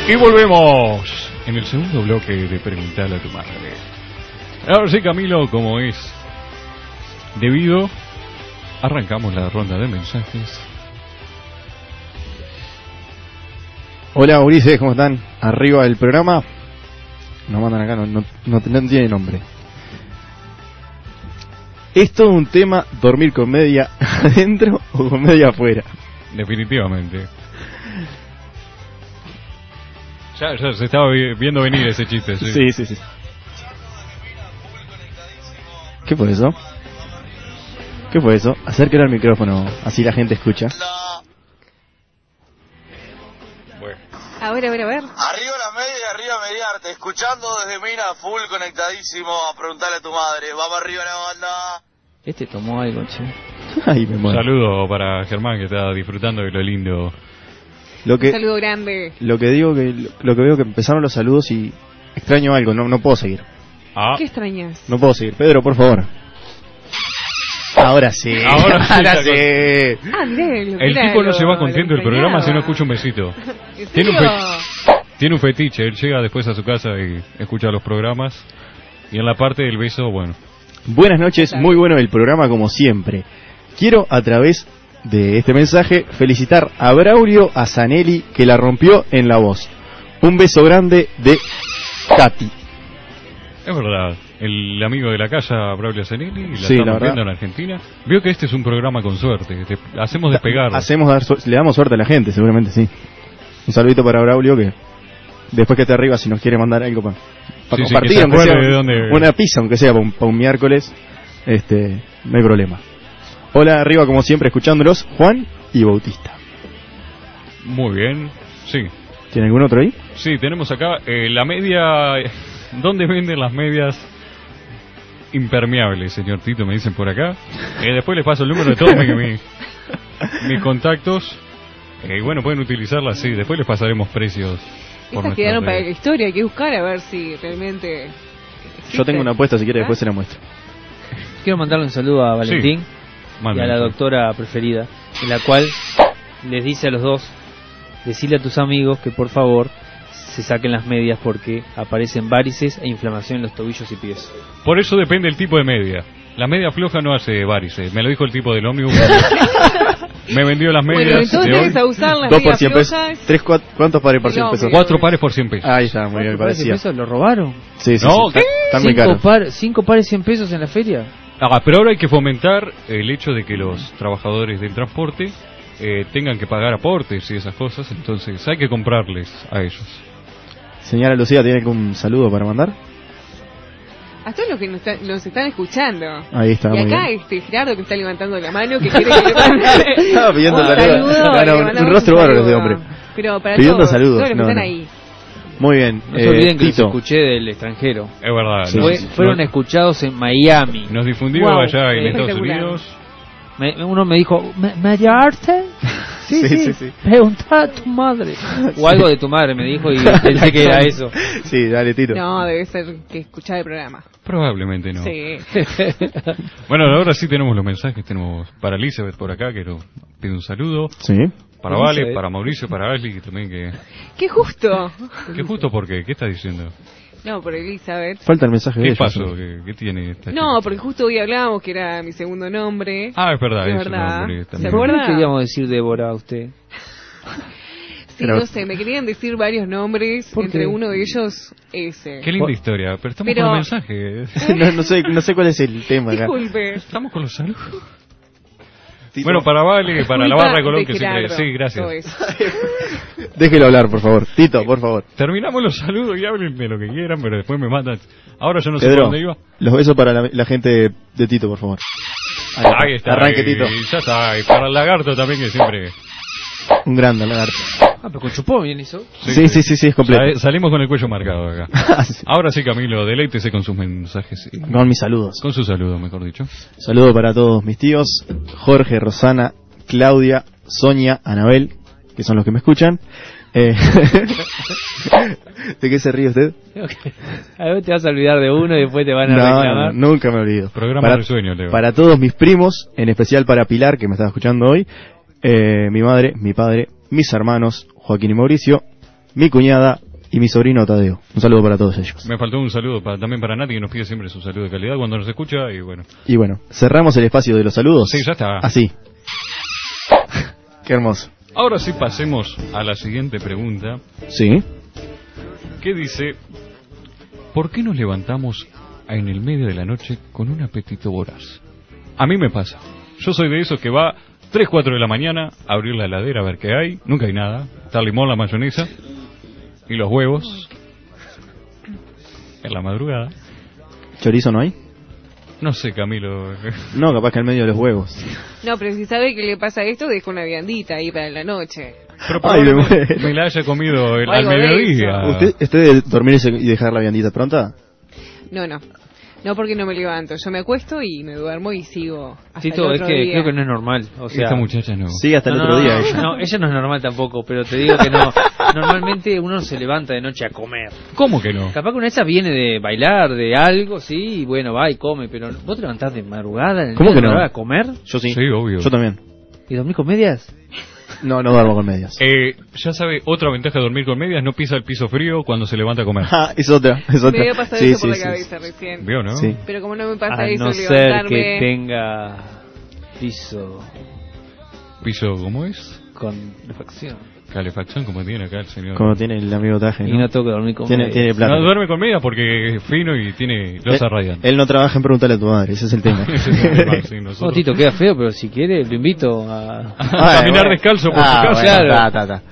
[SPEAKER 1] Y volvemos en el segundo bloque de Preguntale a tu madre. Ahora sí, Camilo, como es debido, arrancamos la ronda de mensajes.
[SPEAKER 2] Hola Ulises, ¿cómo están? Arriba del programa. Nos mandan acá, no, no, no- no tiene nombre. ¿Es todo un tema dormir con media adentro o con media afuera?
[SPEAKER 1] Definitivamente. Ya, ya se estaba vi- viendo venir ese chiste. Sí.
[SPEAKER 2] Sí, sí, sí. ¿Qué fue eso? ¿Qué fue eso? Acérquelo al micrófono, así la gente escucha.
[SPEAKER 1] Bueno.
[SPEAKER 4] A ver, a ver, a ver.
[SPEAKER 6] Arriba la media, arriba mediarte, escuchando desde Mina, full conectadísimo a preguntarle a tu madre. Vamos arriba la banda.
[SPEAKER 3] Este tomó algo, che.
[SPEAKER 2] Ay, me
[SPEAKER 1] Un
[SPEAKER 2] muero.
[SPEAKER 1] saludo para Germán que está disfrutando de lo lindo.
[SPEAKER 2] Lo
[SPEAKER 4] Un
[SPEAKER 2] que,
[SPEAKER 4] saludo grande.
[SPEAKER 2] lo que digo que lo que veo que empezaron los saludos y extraño algo, no, no puedo seguir.
[SPEAKER 1] Ah,
[SPEAKER 4] ¿Qué extrañas?
[SPEAKER 2] No puedo seguir. Pedro, por favor. Ahora sí.
[SPEAKER 1] Ahora sí,
[SPEAKER 2] Ahora
[SPEAKER 1] la
[SPEAKER 2] sí.
[SPEAKER 4] Ah, mirá, lo-
[SPEAKER 1] el
[SPEAKER 4] mirá
[SPEAKER 1] tipo no
[SPEAKER 4] lo-
[SPEAKER 1] se va contento
[SPEAKER 4] lo
[SPEAKER 1] del programa si no
[SPEAKER 4] extrañaba.
[SPEAKER 1] escucha un besito.
[SPEAKER 4] ¿En
[SPEAKER 1] Tiene un
[SPEAKER 4] serio?
[SPEAKER 1] Tiene un fetiche, él llega después a su casa y escucha los programas. Y en la parte del beso, bueno,
[SPEAKER 2] Buenas noches, muy bueno el programa como siempre. Quiero a través de este mensaje felicitar a Braulio Azanelli que la rompió en la voz. Un beso grande de Katy.
[SPEAKER 1] es verdad. El amigo de la casa, Braulio Zanelli, la
[SPEAKER 2] Sí,
[SPEAKER 1] está
[SPEAKER 2] la
[SPEAKER 1] rompiendo
[SPEAKER 2] verdad.
[SPEAKER 1] en Argentina. Vio que este es un programa con suerte. te- hacemos despegar.
[SPEAKER 2] Hacemos dar su- le damos suerte a la gente, seguramente sí. Un saludito para Braulio que después que esté arriba si nos quiere mandar algo para
[SPEAKER 1] Sí, sí, que
[SPEAKER 2] compartir,
[SPEAKER 1] se
[SPEAKER 2] aunque
[SPEAKER 1] acuerde
[SPEAKER 2] sea
[SPEAKER 1] de dónde-
[SPEAKER 2] una pizza, aunque sea para un, pa' un miércoles, este, no hay problema. Hola arriba como siempre escuchándolos Juan y Bautista.
[SPEAKER 1] Muy bien. Sí.
[SPEAKER 2] ¿Tiene algún otro ahí?
[SPEAKER 1] Sí, tenemos acá eh, la media. ¿Dónde venden las medias impermeables, señor Tito? Me dicen por acá. Eh, después les paso el número de todos mi- mi- mis contactos. Eh, bueno, pueden utilizarlas, sí. Después les pasaremos precios. por
[SPEAKER 4] Estas
[SPEAKER 1] nuestras
[SPEAKER 4] quedaron para la
[SPEAKER 1] redes.
[SPEAKER 4] historia, hay que buscar a ver si realmente...
[SPEAKER 2] Yo tengo una apuesta si quiere después se la muestro.
[SPEAKER 3] Quiero mandarle un saludo a
[SPEAKER 1] Sí,
[SPEAKER 3] Valentín y a
[SPEAKER 1] Mándenlo.
[SPEAKER 3] la doctora preferida, en la cual les dice a los dos, decirle a tus amigos que por favor se saquen las medias porque aparecen varices e inflamación en los tobillos y pies.
[SPEAKER 1] Por eso depende el tipo de media. La media floja no hace varices. Me lo dijo el tipo del ómnibus. me vendió las medias.
[SPEAKER 4] Bueno, entonces
[SPEAKER 1] de
[SPEAKER 4] a
[SPEAKER 1] hoy.
[SPEAKER 4] usar las
[SPEAKER 2] Dos por
[SPEAKER 4] medias
[SPEAKER 2] cien pesos.
[SPEAKER 4] flojas.
[SPEAKER 2] Tres, cua- ¿Cuántos pares por
[SPEAKER 4] No,
[SPEAKER 2] cien pesos?
[SPEAKER 4] pero-
[SPEAKER 1] Cuatro pares por 100
[SPEAKER 3] Ah,
[SPEAKER 1] pesos.
[SPEAKER 2] Ahí está, muy bien, parecía.
[SPEAKER 3] ¿Eso lo robaron?
[SPEAKER 2] Sí, sí,
[SPEAKER 1] No,
[SPEAKER 2] sí,
[SPEAKER 1] ¿qué?
[SPEAKER 2] Están muy
[SPEAKER 3] ¿Cinco
[SPEAKER 2] caros.
[SPEAKER 3] par- ¿Cinco pares 100 pesos en la feria?
[SPEAKER 1] Ah, pero ahora hay que fomentar el hecho de que los trabajadores del transporte eh, tengan que pagar aportes y esas cosas, entonces hay que comprarles a ellos.
[SPEAKER 2] Señora Lucía, ¿tiene algún saludo para mandar?
[SPEAKER 4] A todos los que nos, está- nos están escuchando.
[SPEAKER 2] Ahí está,
[SPEAKER 4] y
[SPEAKER 2] muy
[SPEAKER 4] acá
[SPEAKER 2] bien.
[SPEAKER 4] este Gerardo que está levantando la mano, que quiere que le mande
[SPEAKER 2] Estaba pidiendo
[SPEAKER 4] un
[SPEAKER 2] saludos.
[SPEAKER 4] saludo,
[SPEAKER 2] Claro,
[SPEAKER 4] le
[SPEAKER 2] un- un
[SPEAKER 4] mandamos
[SPEAKER 2] rostro
[SPEAKER 4] un
[SPEAKER 2] bárbaro
[SPEAKER 4] saludo.
[SPEAKER 2] ese hombre.
[SPEAKER 4] Pero para
[SPEAKER 2] Pidiendo
[SPEAKER 4] todos,
[SPEAKER 2] saludos,
[SPEAKER 4] todos los que
[SPEAKER 2] no,
[SPEAKER 4] están
[SPEAKER 2] no.
[SPEAKER 4] ahí.
[SPEAKER 2] Muy bien.
[SPEAKER 3] No se
[SPEAKER 2] eh,
[SPEAKER 3] olviden que los
[SPEAKER 2] Tito,
[SPEAKER 3] escuché del extranjero.
[SPEAKER 1] Es verdad,
[SPEAKER 2] Sí,
[SPEAKER 1] nos,
[SPEAKER 3] Fue- fueron escuchados en Miami.
[SPEAKER 1] nos difundió
[SPEAKER 3] Wow,
[SPEAKER 1] allá en
[SPEAKER 3] eh,
[SPEAKER 1] Estados
[SPEAKER 4] espectacular.
[SPEAKER 1] Unidos.
[SPEAKER 3] Me- uno me dijo, "¿Me- ¿media arte? Sí,
[SPEAKER 2] Sí,
[SPEAKER 3] sí,
[SPEAKER 2] sí, sí.
[SPEAKER 3] Preguntá a tu madre. O algo de tu madre me dijo y pensé que era eso.
[SPEAKER 2] Sí, dale, Tito.
[SPEAKER 4] No, debe ser que escuchaba el programa.
[SPEAKER 1] Probablemente no.
[SPEAKER 4] Sí.
[SPEAKER 1] Bueno, ahora sí tenemos los mensajes, tenemos para Elizabeth por acá, que nos pide un saludo.
[SPEAKER 2] Sí.
[SPEAKER 1] Para Vale,
[SPEAKER 3] Elizabeth.
[SPEAKER 1] para Mauricio, para Ashley, que también que...
[SPEAKER 4] Qué justo.
[SPEAKER 1] Que justo porque, ¿qué está diciendo?
[SPEAKER 4] No, por Elizabeth.
[SPEAKER 2] Falta el mensaje de
[SPEAKER 1] ¿Qué
[SPEAKER 2] ellos.
[SPEAKER 1] pasó? ¿Qué, qué tiene esta
[SPEAKER 4] No,
[SPEAKER 1] chica?
[SPEAKER 4] porque justo hoy hablábamos que era mi segundo nombre.
[SPEAKER 1] Ah, es verdad,
[SPEAKER 4] Es
[SPEAKER 1] eso
[SPEAKER 4] verdad.
[SPEAKER 1] no, porque
[SPEAKER 4] ¿Se
[SPEAKER 1] también-
[SPEAKER 4] acuerda?
[SPEAKER 3] ¿Por qué queríamos decir Débora a usted?
[SPEAKER 4] sí,
[SPEAKER 2] pero-
[SPEAKER 4] no sé, me querían decir varios nombres,
[SPEAKER 3] ¿Por
[SPEAKER 4] entre
[SPEAKER 3] qué?
[SPEAKER 4] uno de ellos ese.
[SPEAKER 1] Qué linda historia, pero estamos
[SPEAKER 4] Pero-
[SPEAKER 1] con los mensajes.
[SPEAKER 2] no, no sé, no sé cuál es el tema acá.
[SPEAKER 4] Disculpe.
[SPEAKER 1] Estamos con los saludos.
[SPEAKER 2] Tito,
[SPEAKER 1] Bueno, para Vale, para la
[SPEAKER 4] Disculpa
[SPEAKER 1] barra de Colón, que siempre...
[SPEAKER 4] Gerardo,
[SPEAKER 1] Sí,
[SPEAKER 4] todo
[SPEAKER 1] gracias.
[SPEAKER 4] eso.
[SPEAKER 2] Déjelo hablar, por favor. Tito, por favor.
[SPEAKER 1] Terminamos los saludos y hablen de lo que quieran, pero después me matan. Ahora yo no sé por
[SPEAKER 2] Pedro,
[SPEAKER 1] dónde iba.
[SPEAKER 2] los besos para la, la gente de, de Tito, por favor.
[SPEAKER 1] Ahí está.
[SPEAKER 2] Arranque,
[SPEAKER 1] y
[SPEAKER 2] Tito.
[SPEAKER 1] Ya está. Y para el lagarto también, que siempre...
[SPEAKER 2] Un grande, lagarto.
[SPEAKER 3] Ah, pero con Chupó bien hizo.
[SPEAKER 2] Sí, sí, sí, sí, es completo.
[SPEAKER 1] Sa- Salimos con el cuello marcado acá.
[SPEAKER 2] Así.
[SPEAKER 1] Ahora sí, Camilo, deleítese con sus mensajes. y-
[SPEAKER 2] Con mis saludos.
[SPEAKER 1] Con su saludo, mejor dicho.
[SPEAKER 2] Saludo para todos mis tíos, Jorge, Rosana, Claudia, Sonia, Anabel, que son los que me escuchan. Eh, ¿De qué se ríe usted?
[SPEAKER 3] A ver, te vas a olvidar de uno y después te van a
[SPEAKER 2] No,
[SPEAKER 3] reclamar.
[SPEAKER 2] no, nunca me olvido.
[SPEAKER 1] Programa del sueño, Leo.
[SPEAKER 2] Para todos mis primos, en especial para Pilar, que me está escuchando hoy, eh, mi madre, mi padre, mis hermanos, Joaquín y Mauricio, mi cuñada y mi sobrino Tadeo. Un saludo para todos ellos.
[SPEAKER 1] Me faltó un saludo para- también para Nati, que nos pide siempre su saludo de calidad cuando nos escucha. Y bueno,
[SPEAKER 2] Y bueno, cerramos el espacio de los saludos.
[SPEAKER 1] Sí, ya está.
[SPEAKER 2] Así. Qué hermoso.
[SPEAKER 1] ahora sí pasemos a la siguiente pregunta,
[SPEAKER 2] Sí.
[SPEAKER 1] que dice, ¿por qué nos levantamos en el medio de la noche con un apetito voraz? A mí me pasa. Yo soy de esos que va 3, 4 de la mañana a abrir la heladera a ver qué hay. Nunca hay nada. Está el limón, la mayonesa y los huevos. En la madrugada.
[SPEAKER 2] ¿Chorizo no hay?
[SPEAKER 1] No sé, Camilo.
[SPEAKER 2] No, capaz que en medio de los huevos.
[SPEAKER 4] No, pero si sabe que le pasa esto, deja una viandita ahí para la noche.
[SPEAKER 1] Pero
[SPEAKER 2] Ay, me
[SPEAKER 1] probablemente
[SPEAKER 2] muero.
[SPEAKER 1] me la haya comido el-
[SPEAKER 4] O
[SPEAKER 1] al
[SPEAKER 4] algo de
[SPEAKER 1] mediodía.
[SPEAKER 2] ¿Usted, ¿Usted de dormir y se- y dejar la viandita pronta?
[SPEAKER 4] No, no. No porque no me levanto. Yo me acuesto y me duermo y sigo hasta el
[SPEAKER 3] Tito,
[SPEAKER 4] otro
[SPEAKER 3] es que
[SPEAKER 4] día.
[SPEAKER 3] creo que no es normal. O sea,
[SPEAKER 1] Esta muchacha no.
[SPEAKER 2] Sí, hasta el
[SPEAKER 3] no,
[SPEAKER 2] otro
[SPEAKER 3] no,
[SPEAKER 2] día
[SPEAKER 3] no,
[SPEAKER 2] ella.
[SPEAKER 3] No, ella no es normal tampoco, pero te digo que no. Normalmente uno se levanta de noche a comer.
[SPEAKER 1] ¿Cómo que no?
[SPEAKER 3] Capaz que una de esas viene de bailar, de algo, sí, y bueno, va y come, pero ¿vos te levantás de madrugada? en el
[SPEAKER 2] ¿Cómo
[SPEAKER 3] medio de
[SPEAKER 2] que no?
[SPEAKER 3] madrugada a comer?
[SPEAKER 2] Yo
[SPEAKER 1] Sí, obvio.
[SPEAKER 2] Yo también.
[SPEAKER 3] ¿Y dormir con medias?
[SPEAKER 2] No, no duermo con medias.
[SPEAKER 1] Eh, ya sabe, otra ventaja de dormir con medias, no pisa el piso frío cuando se levanta a comer.
[SPEAKER 2] Ah, es otra, es otra.
[SPEAKER 4] Me dio pasar
[SPEAKER 2] Sí,
[SPEAKER 4] eso por
[SPEAKER 2] sí,
[SPEAKER 4] la
[SPEAKER 2] sí,
[SPEAKER 4] cabeza recién.
[SPEAKER 1] ¿Vio, no?
[SPEAKER 2] Sí.
[SPEAKER 4] Pero como no me pasa
[SPEAKER 3] A
[SPEAKER 4] eso,
[SPEAKER 3] no ser
[SPEAKER 4] levantarme...
[SPEAKER 3] que tenga piso
[SPEAKER 1] Piso, ¿cómo es?
[SPEAKER 3] con facción.
[SPEAKER 1] Calefacción, como tiene acá el señor.
[SPEAKER 2] Como tiene el amigo Taje,
[SPEAKER 3] Y
[SPEAKER 2] ¿no?
[SPEAKER 3] no tengo que dormir con
[SPEAKER 2] tiene,
[SPEAKER 3] medias.
[SPEAKER 2] tiene plata.
[SPEAKER 1] No duerme con medias porque es fino y tiene losa
[SPEAKER 2] él,
[SPEAKER 1] radiante.
[SPEAKER 2] él no trabaja en preguntarle a tu madre, ese es el tema.
[SPEAKER 1] Ese es el tema, sí,
[SPEAKER 3] No,
[SPEAKER 4] Oh,
[SPEAKER 1] nosotros-
[SPEAKER 3] Tito, queda feo, pero si quiere, lo invito a...
[SPEAKER 1] A caminar descalzo por
[SPEAKER 2] ah,
[SPEAKER 1] su casa
[SPEAKER 2] bueno,
[SPEAKER 3] Claro.
[SPEAKER 2] ta, ta, ta.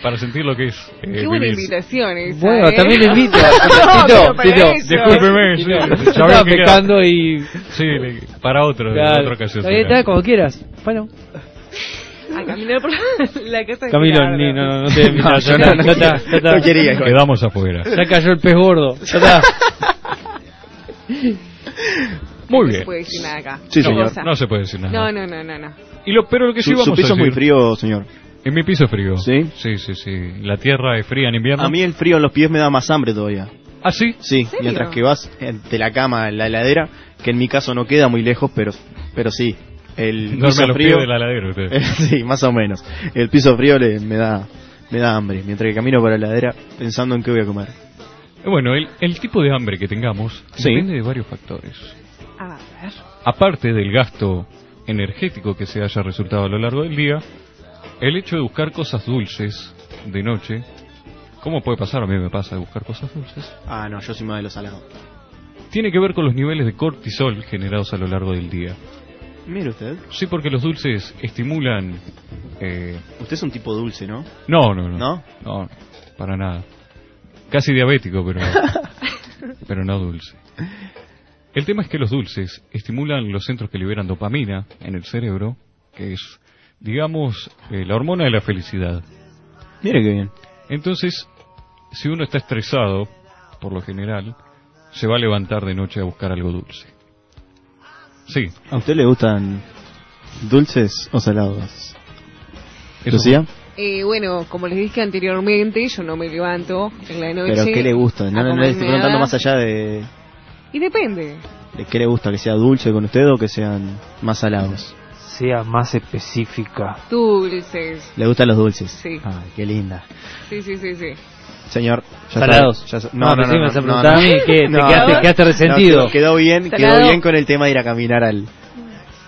[SPEAKER 1] para sentir lo que es. eh,
[SPEAKER 4] Qué buena
[SPEAKER 1] vivir.
[SPEAKER 4] invitación esa,
[SPEAKER 3] Bueno,
[SPEAKER 4] ¿eh?
[SPEAKER 3] también le invito.
[SPEAKER 4] no,
[SPEAKER 3] Tito,
[SPEAKER 4] pero para
[SPEAKER 3] Tito,
[SPEAKER 4] eso.
[SPEAKER 1] Discúlpeme, sí, ya veo
[SPEAKER 3] Estaba
[SPEAKER 1] que era-
[SPEAKER 3] pecando y...
[SPEAKER 1] Sí, le- para otro, en
[SPEAKER 3] Claro.
[SPEAKER 1] otra ocasión.
[SPEAKER 3] Está bien,
[SPEAKER 1] será.
[SPEAKER 3] está, como quieras. Bueno.
[SPEAKER 4] A caminar por la, la casa de
[SPEAKER 3] Camilo,
[SPEAKER 4] Gerardo.
[SPEAKER 3] ni, no, no, no te invito.
[SPEAKER 2] No,
[SPEAKER 3] ya,
[SPEAKER 2] yo no-
[SPEAKER 3] está, ya está, ya está.
[SPEAKER 2] no quería.
[SPEAKER 1] Nos Quedamos afuera.
[SPEAKER 3] Ya cayó el pez gordo. Ya está.
[SPEAKER 1] Muy
[SPEAKER 4] No
[SPEAKER 1] bien.
[SPEAKER 4] se puede decir nada acá.
[SPEAKER 2] Sí,
[SPEAKER 4] Qué
[SPEAKER 2] señor.
[SPEAKER 4] cosa.
[SPEAKER 1] No se puede decir nada.
[SPEAKER 4] No, no, no, no, no.
[SPEAKER 1] Y lo, pero lo que sí
[SPEAKER 2] Su,
[SPEAKER 1] vamos
[SPEAKER 2] su
[SPEAKER 1] a
[SPEAKER 2] piso es muy
[SPEAKER 1] decir-
[SPEAKER 2] frío, señor.
[SPEAKER 1] En mi piso es frío.
[SPEAKER 2] ¿Sí?
[SPEAKER 1] Sí, sí, sí. La tierra es fría en invierno.
[SPEAKER 2] A mí el frío en los pies me da más hambre todavía.
[SPEAKER 1] Ah, sí.
[SPEAKER 2] Sí,
[SPEAKER 4] serio?
[SPEAKER 2] mientras que vas eh, de la cama a la heladera, que en mi caso no queda muy lejos, pero, pero sí. El
[SPEAKER 1] Duerme a
[SPEAKER 2] piso
[SPEAKER 1] los
[SPEAKER 2] frío.
[SPEAKER 1] pies del heladero usted.
[SPEAKER 2] sí, más o menos. El piso frío le, me da me da hambre, mientras que camino para la heladera pensando en qué voy a comer.
[SPEAKER 1] Bueno, el, el tipo de hambre que tengamos
[SPEAKER 2] Sí.
[SPEAKER 1] depende de varios factores.
[SPEAKER 4] A ver.
[SPEAKER 1] Aparte del gasto energético que se haya resultado a lo largo del día, el hecho de buscar cosas dulces de noche. ¿Cómo puede pasar? A mí me pasa de buscar cosas dulces.
[SPEAKER 2] Ah, no, yo soy más de los salados.
[SPEAKER 1] Tiene que ver con los niveles de cortisol generados a lo largo del día.
[SPEAKER 2] Mire usted.
[SPEAKER 1] Sí, porque los dulces estimulan... eh,
[SPEAKER 2] Usted es un tipo dulce, ¿no?
[SPEAKER 1] No, no, no.
[SPEAKER 2] ¿No?
[SPEAKER 1] No, para nada. Casi diabético, pero, pero no dulce. El tema es que los dulces estimulan los centros que liberan dopamina en el cerebro, que es, digamos, eh, la hormona de la felicidad.
[SPEAKER 2] Mire qué bien.
[SPEAKER 1] Entonces, si uno está estresado, por lo general, se va a levantar de noche a buscar algo dulce. Sí,
[SPEAKER 2] ¿A usted le gustan dulces o salados?
[SPEAKER 1] eso
[SPEAKER 2] ¿Lucía?
[SPEAKER 4] Eh, bueno, como les dije anteriormente, yo no me levanto en la noche.
[SPEAKER 2] ¿Pero qué le gusta? No,
[SPEAKER 4] a
[SPEAKER 2] no, no le estoy
[SPEAKER 4] comerme
[SPEAKER 2] preguntando
[SPEAKER 4] nada.
[SPEAKER 2] más allá de,
[SPEAKER 4] Y depende.
[SPEAKER 2] de qué le gusta, que sea dulce con usted o que sean más salados.
[SPEAKER 3] Sea más específica.
[SPEAKER 4] Dulces.
[SPEAKER 2] ¿Le gustan los dulces?
[SPEAKER 4] Sí.
[SPEAKER 2] Ay, qué linda.
[SPEAKER 4] Sí, sí, sí, sí.
[SPEAKER 2] Señor, ya
[SPEAKER 3] Salados.
[SPEAKER 2] está- ya está-
[SPEAKER 3] No,
[SPEAKER 2] no, no,
[SPEAKER 3] pero
[SPEAKER 2] no,
[SPEAKER 3] sí
[SPEAKER 2] no,
[SPEAKER 3] me vas a
[SPEAKER 2] no,
[SPEAKER 3] preguntar
[SPEAKER 2] no.
[SPEAKER 3] a mí, ¿qué? ¿Te
[SPEAKER 2] No,
[SPEAKER 3] quedaste-
[SPEAKER 2] no.
[SPEAKER 3] quedaste resentido?
[SPEAKER 2] No, quedó- quedó bien, quedó
[SPEAKER 4] Salado.
[SPEAKER 2] bien con el tema de ir a caminar al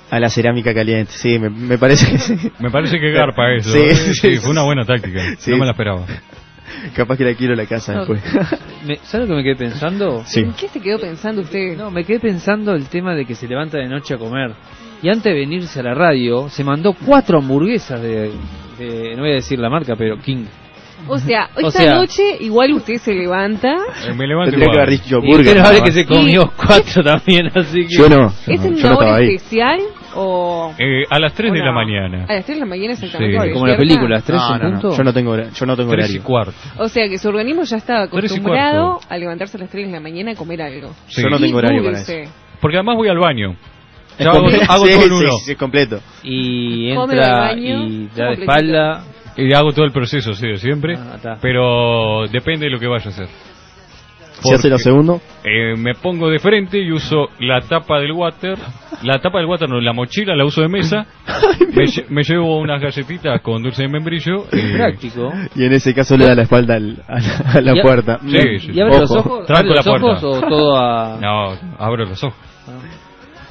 [SPEAKER 2] a la cerámica caliente. Sí, me, me parece que sí.
[SPEAKER 1] Me parece que garpa eso.
[SPEAKER 2] Sí,
[SPEAKER 1] ¿eh?
[SPEAKER 2] sí,
[SPEAKER 1] Sí,
[SPEAKER 2] sí.
[SPEAKER 1] fue una buena táctica.
[SPEAKER 2] Sí.
[SPEAKER 1] No me la esperaba.
[SPEAKER 2] Capaz que la quiero la casa
[SPEAKER 3] No.
[SPEAKER 2] después.
[SPEAKER 3] ¿Sabes lo que me quedé pensando?
[SPEAKER 2] Sí.
[SPEAKER 4] ¿En qué se quedó pensando usted?
[SPEAKER 3] No, me quedé pensando el tema de que se levanta de noche a comer. Y antes de venirse a la radio, se mandó cuatro hamburguesas de, de- no voy a decir la marca, pero King.
[SPEAKER 4] O sea,
[SPEAKER 3] O
[SPEAKER 4] esta
[SPEAKER 3] sea-
[SPEAKER 4] noche igual usted se levanta.
[SPEAKER 1] Eh, Me levanto
[SPEAKER 2] Tendría que
[SPEAKER 1] igual.
[SPEAKER 2] haber dicho
[SPEAKER 3] Y
[SPEAKER 2] burger.
[SPEAKER 3] usted
[SPEAKER 2] nada
[SPEAKER 3] sabe
[SPEAKER 2] más.
[SPEAKER 3] que se comió cuatro también, así que...
[SPEAKER 2] Yo no.
[SPEAKER 4] ¿Es
[SPEAKER 2] yo
[SPEAKER 4] en
[SPEAKER 2] no
[SPEAKER 4] una
[SPEAKER 2] estaba
[SPEAKER 4] hora
[SPEAKER 2] ahí.
[SPEAKER 4] especial o.?
[SPEAKER 1] Eh, a las 3
[SPEAKER 4] o
[SPEAKER 1] de la
[SPEAKER 4] no?
[SPEAKER 1] mañana.
[SPEAKER 4] A las 3 de la mañana exactamente.
[SPEAKER 1] Sí,
[SPEAKER 3] Como la
[SPEAKER 4] ¿Despierta?
[SPEAKER 3] película, tres
[SPEAKER 2] No,
[SPEAKER 3] en
[SPEAKER 2] no, no,
[SPEAKER 3] punto.
[SPEAKER 2] Yo no tengo hora- yo no tengo
[SPEAKER 1] 3 y
[SPEAKER 2] horario.
[SPEAKER 1] cuarto.
[SPEAKER 4] O sea que su organismo ya está
[SPEAKER 1] Tres y
[SPEAKER 4] acostumbrado
[SPEAKER 1] cuarto.
[SPEAKER 4] a levantarse a las 3 de la mañana a comer algo.
[SPEAKER 1] Sí.
[SPEAKER 2] Yo no tengo
[SPEAKER 4] Y
[SPEAKER 2] horario para
[SPEAKER 4] dulce.
[SPEAKER 1] Porque además voy al baño.
[SPEAKER 2] Es
[SPEAKER 1] Yo hago,
[SPEAKER 2] completo.
[SPEAKER 1] hago
[SPEAKER 2] Sí,
[SPEAKER 1] todo en
[SPEAKER 2] sí,
[SPEAKER 1] uno.
[SPEAKER 2] sí, sí, es completo.
[SPEAKER 3] Y
[SPEAKER 4] Come del
[SPEAKER 3] entra
[SPEAKER 4] baño,
[SPEAKER 3] y da de
[SPEAKER 4] como
[SPEAKER 3] espalda,
[SPEAKER 1] Y hago todo el proceso, sí, de siempre.
[SPEAKER 3] Ah, está.
[SPEAKER 1] pero depende de lo que vaya a hacer.
[SPEAKER 2] Si hace lo
[SPEAKER 1] Porque-
[SPEAKER 2] segundo,
[SPEAKER 1] Eh, me pongo de frente y uso la tapa del water. La tapa del water, no, la mochila la uso de mesa. me, lle- me llevo unas galletitas con dulce de membrillo. eh,
[SPEAKER 3] Práctico.
[SPEAKER 2] y en ese caso le da la espalda al- a la, a la
[SPEAKER 3] Ya-
[SPEAKER 2] puerta.
[SPEAKER 1] Sí, sí.
[SPEAKER 3] Mm. ¿Y abre los
[SPEAKER 2] Ojo.
[SPEAKER 3] ojos?
[SPEAKER 1] Tranco
[SPEAKER 3] ¿Abre los
[SPEAKER 1] la puerta.
[SPEAKER 3] ojos o todo a.?
[SPEAKER 1] no, abro los ojos.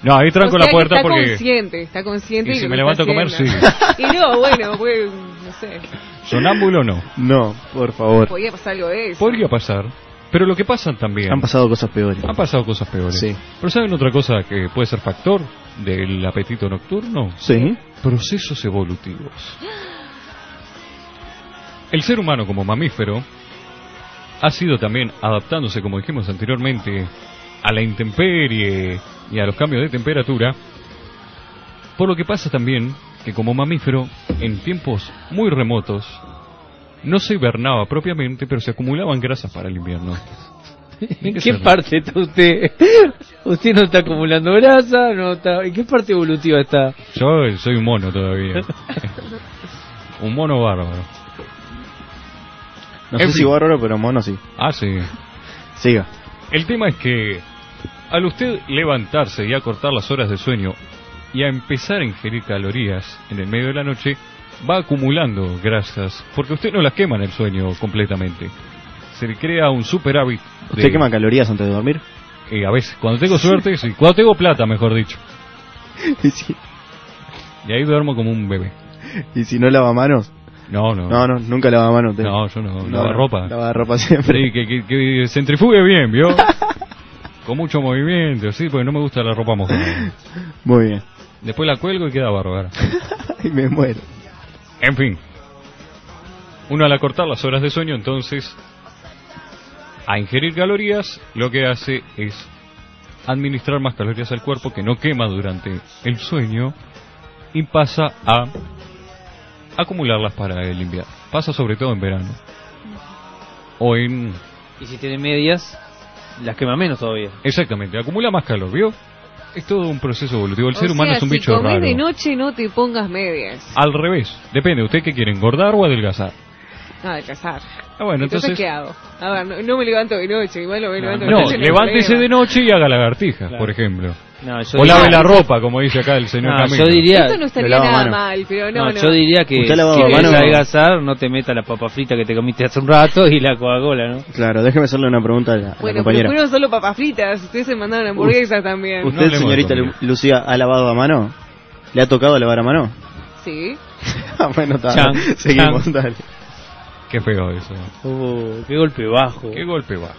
[SPEAKER 1] No, ahí tranco
[SPEAKER 4] Ah. O sea
[SPEAKER 1] la
[SPEAKER 4] que
[SPEAKER 1] puerta
[SPEAKER 4] está
[SPEAKER 1] porque
[SPEAKER 4] consciente, está consciente.
[SPEAKER 1] Y
[SPEAKER 4] de
[SPEAKER 1] si
[SPEAKER 4] lo
[SPEAKER 1] me
[SPEAKER 4] que
[SPEAKER 1] levanto
[SPEAKER 4] está
[SPEAKER 1] a comer,
[SPEAKER 4] haciendo. Y no, bueno, pues, no sé.
[SPEAKER 1] sonámbulo no.
[SPEAKER 2] No, por favor.
[SPEAKER 4] Podía pasar algo de eso.
[SPEAKER 1] Podría pasar. Pero lo que pasa también.
[SPEAKER 2] Han pasado cosas peores.
[SPEAKER 1] Han pasado cosas peores.
[SPEAKER 2] Sí.
[SPEAKER 1] Pero ¿saben otra cosa que puede ser factor del apetito nocturno?
[SPEAKER 2] Sí.
[SPEAKER 1] Procesos evolutivos. El ser humano como mamífero ha sido también adaptándose, como dijimos anteriormente, a la intemperie y a los cambios de temperatura. Por lo que pasa también que como mamífero, en tiempos muy remotos, no se hibernaba propiamente, pero se acumulaban grasas para el invierno.
[SPEAKER 3] ¿En
[SPEAKER 1] que
[SPEAKER 3] qué
[SPEAKER 1] ser.
[SPEAKER 3] parte está usted? Usted no está acumulando grasa, no está. ¿En qué parte evolutiva está?
[SPEAKER 1] Yo soy un mono todavía. un mono bárbaro.
[SPEAKER 2] No
[SPEAKER 1] En
[SPEAKER 2] sé si
[SPEAKER 1] fin.
[SPEAKER 2] bárbaro, pero mono sí.
[SPEAKER 1] Ah, sí.
[SPEAKER 2] Siga.
[SPEAKER 1] El tema es que al usted levantarse y acortar las horas de sueño y a empezar a ingerir calorías en el medio de la noche, va acumulando grasas, porque usted no las quema en el sueño completamente. Se le crea un super hábito.
[SPEAKER 2] ¿Usted quema calorías antes de dormir?
[SPEAKER 1] a veces, cuando tengo suerte, sí. Cuando tengo plata, mejor dicho.
[SPEAKER 2] ¿Y si,
[SPEAKER 1] Y ahí duermo como un bebé.
[SPEAKER 2] y si no lava manos?
[SPEAKER 1] No, no.
[SPEAKER 2] No, no, nunca lava manos.
[SPEAKER 1] No, yo no. Lava ropa.
[SPEAKER 2] Lava ropa siempre.
[SPEAKER 1] Sí, que, que, que centrifugue bien, ¿vio? Con mucho movimiento, sí, porque no me gusta la ropa mojada.
[SPEAKER 2] Muy bien.
[SPEAKER 1] Después la cuelgo y queda bárbara.
[SPEAKER 2] Ay, me muero.
[SPEAKER 1] En fin. Uno al acortar las horas de sueño, entonces, a ingerir calorías, lo que hace es administrar más calorías al cuerpo que no quema durante el sueño y pasa a acumularlas para el invierno. Pasa sobre todo en verano. O en
[SPEAKER 3] Y si tiene medias, las quema menos todavía.
[SPEAKER 1] Exactamente, acumula más calor, ¿vio? Es todo un proceso evolutivo. El
[SPEAKER 4] O
[SPEAKER 1] ser humano
[SPEAKER 4] sea,
[SPEAKER 1] es un
[SPEAKER 4] si
[SPEAKER 1] bicho
[SPEAKER 4] comés
[SPEAKER 1] raro.
[SPEAKER 4] de noche no te pongas medias.
[SPEAKER 1] Al revés, depende, ¿usted qué quiere, engordar o adelgazar?
[SPEAKER 4] Ah, de cazar.
[SPEAKER 1] Ah, bueno,
[SPEAKER 4] entonces,
[SPEAKER 1] entonces.
[SPEAKER 4] ¿qué hago? A ver, no, no me levanto de noche, igual no me levanto de
[SPEAKER 1] No,
[SPEAKER 4] noche.
[SPEAKER 1] levántese
[SPEAKER 4] hay
[SPEAKER 1] de noche y haga lagartijas,
[SPEAKER 3] Claro.
[SPEAKER 1] por ejemplo.
[SPEAKER 3] No, yo
[SPEAKER 1] O lave
[SPEAKER 3] diría-
[SPEAKER 1] la ropa, como dice acá el señor
[SPEAKER 3] No,
[SPEAKER 1] Camilo.
[SPEAKER 3] yo diría.
[SPEAKER 4] problema. Eso no estaría
[SPEAKER 2] Me lavo
[SPEAKER 4] nada
[SPEAKER 2] mano.
[SPEAKER 4] mal, pero no,
[SPEAKER 3] no,
[SPEAKER 4] no.
[SPEAKER 3] yo diría que
[SPEAKER 2] Usted lavaba
[SPEAKER 3] si
[SPEAKER 2] mano-
[SPEAKER 3] querés adelgazar, no te meta la papa frita que te comiste hace un rato y la Coca-Cola, ¿no?
[SPEAKER 2] Claro, déjeme hacerle una pregunta a la, a la
[SPEAKER 4] Bueno, pero
[SPEAKER 2] compañera.
[SPEAKER 4] fueron solo papas fritas, ustedes se mandaron hamburguesas también.
[SPEAKER 1] Eh, No
[SPEAKER 2] ¿Usted,
[SPEAKER 1] hablemos
[SPEAKER 2] señorita
[SPEAKER 1] de
[SPEAKER 2] Lu-
[SPEAKER 1] comida.
[SPEAKER 2] Lucía, ha lavado a mano? ¿Le ha tocado lavar a mano?
[SPEAKER 4] Sí.
[SPEAKER 2] Ah, bueno, está.
[SPEAKER 3] Chan,
[SPEAKER 2] Seguimos,
[SPEAKER 3] chan.
[SPEAKER 2] dale.
[SPEAKER 1] Qué feo eso.
[SPEAKER 3] Oh, qué golpe bajo.
[SPEAKER 1] Qué golpe va.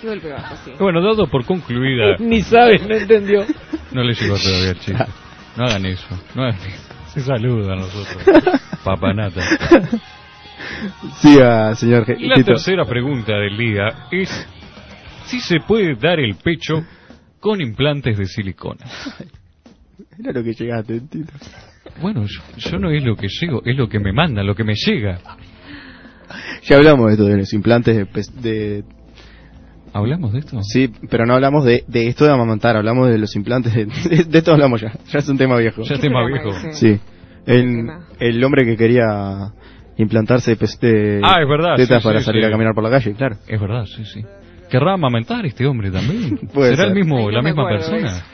[SPEAKER 4] Qué golpe bajo, sí.
[SPEAKER 1] Bueno, dado por concluida.
[SPEAKER 3] Ni sabes, no entendió.
[SPEAKER 1] No le llegó todavía el chiste. No hagan eso. No hagan eso. Se saluda a nosotros. Papanata.
[SPEAKER 2] Siga, ah, señor Je-
[SPEAKER 1] Y La
[SPEAKER 2] Tito.
[SPEAKER 1] tercera pregunta del día es si se puede dar el pecho con implantes de silicona.
[SPEAKER 2] Mira lo que llegaste, Tito.
[SPEAKER 1] Bueno, yo, yo no es lo que llego, es lo que me manda, lo que me llega.
[SPEAKER 2] Ya hablamos de esto, de los implantes de... pes- de-
[SPEAKER 1] ¿Hablamos de esto?
[SPEAKER 2] sí, pero no hablamos de, de esto de amamantar, hablamos de los implantes. De, de esto hablamos ya, ya es un tema viejo.
[SPEAKER 1] Ya tema viejo.
[SPEAKER 2] Sí. El,
[SPEAKER 4] tema.
[SPEAKER 2] el hombre que quería implantarse pes- de,
[SPEAKER 1] Ah, es verdad,
[SPEAKER 2] tetas
[SPEAKER 1] sí,
[SPEAKER 2] para
[SPEAKER 1] sí,
[SPEAKER 2] salir
[SPEAKER 1] sí.
[SPEAKER 2] a caminar por la calle, claro.
[SPEAKER 1] Es verdad, sí, sí. ¿Querrá amamentar este hombre también?
[SPEAKER 2] Puede
[SPEAKER 1] ¿Será el
[SPEAKER 2] ser.
[SPEAKER 1] mismo,
[SPEAKER 4] Ay, no
[SPEAKER 1] la
[SPEAKER 4] me
[SPEAKER 1] misma
[SPEAKER 4] acuerdo
[SPEAKER 1] persona?
[SPEAKER 4] de eso.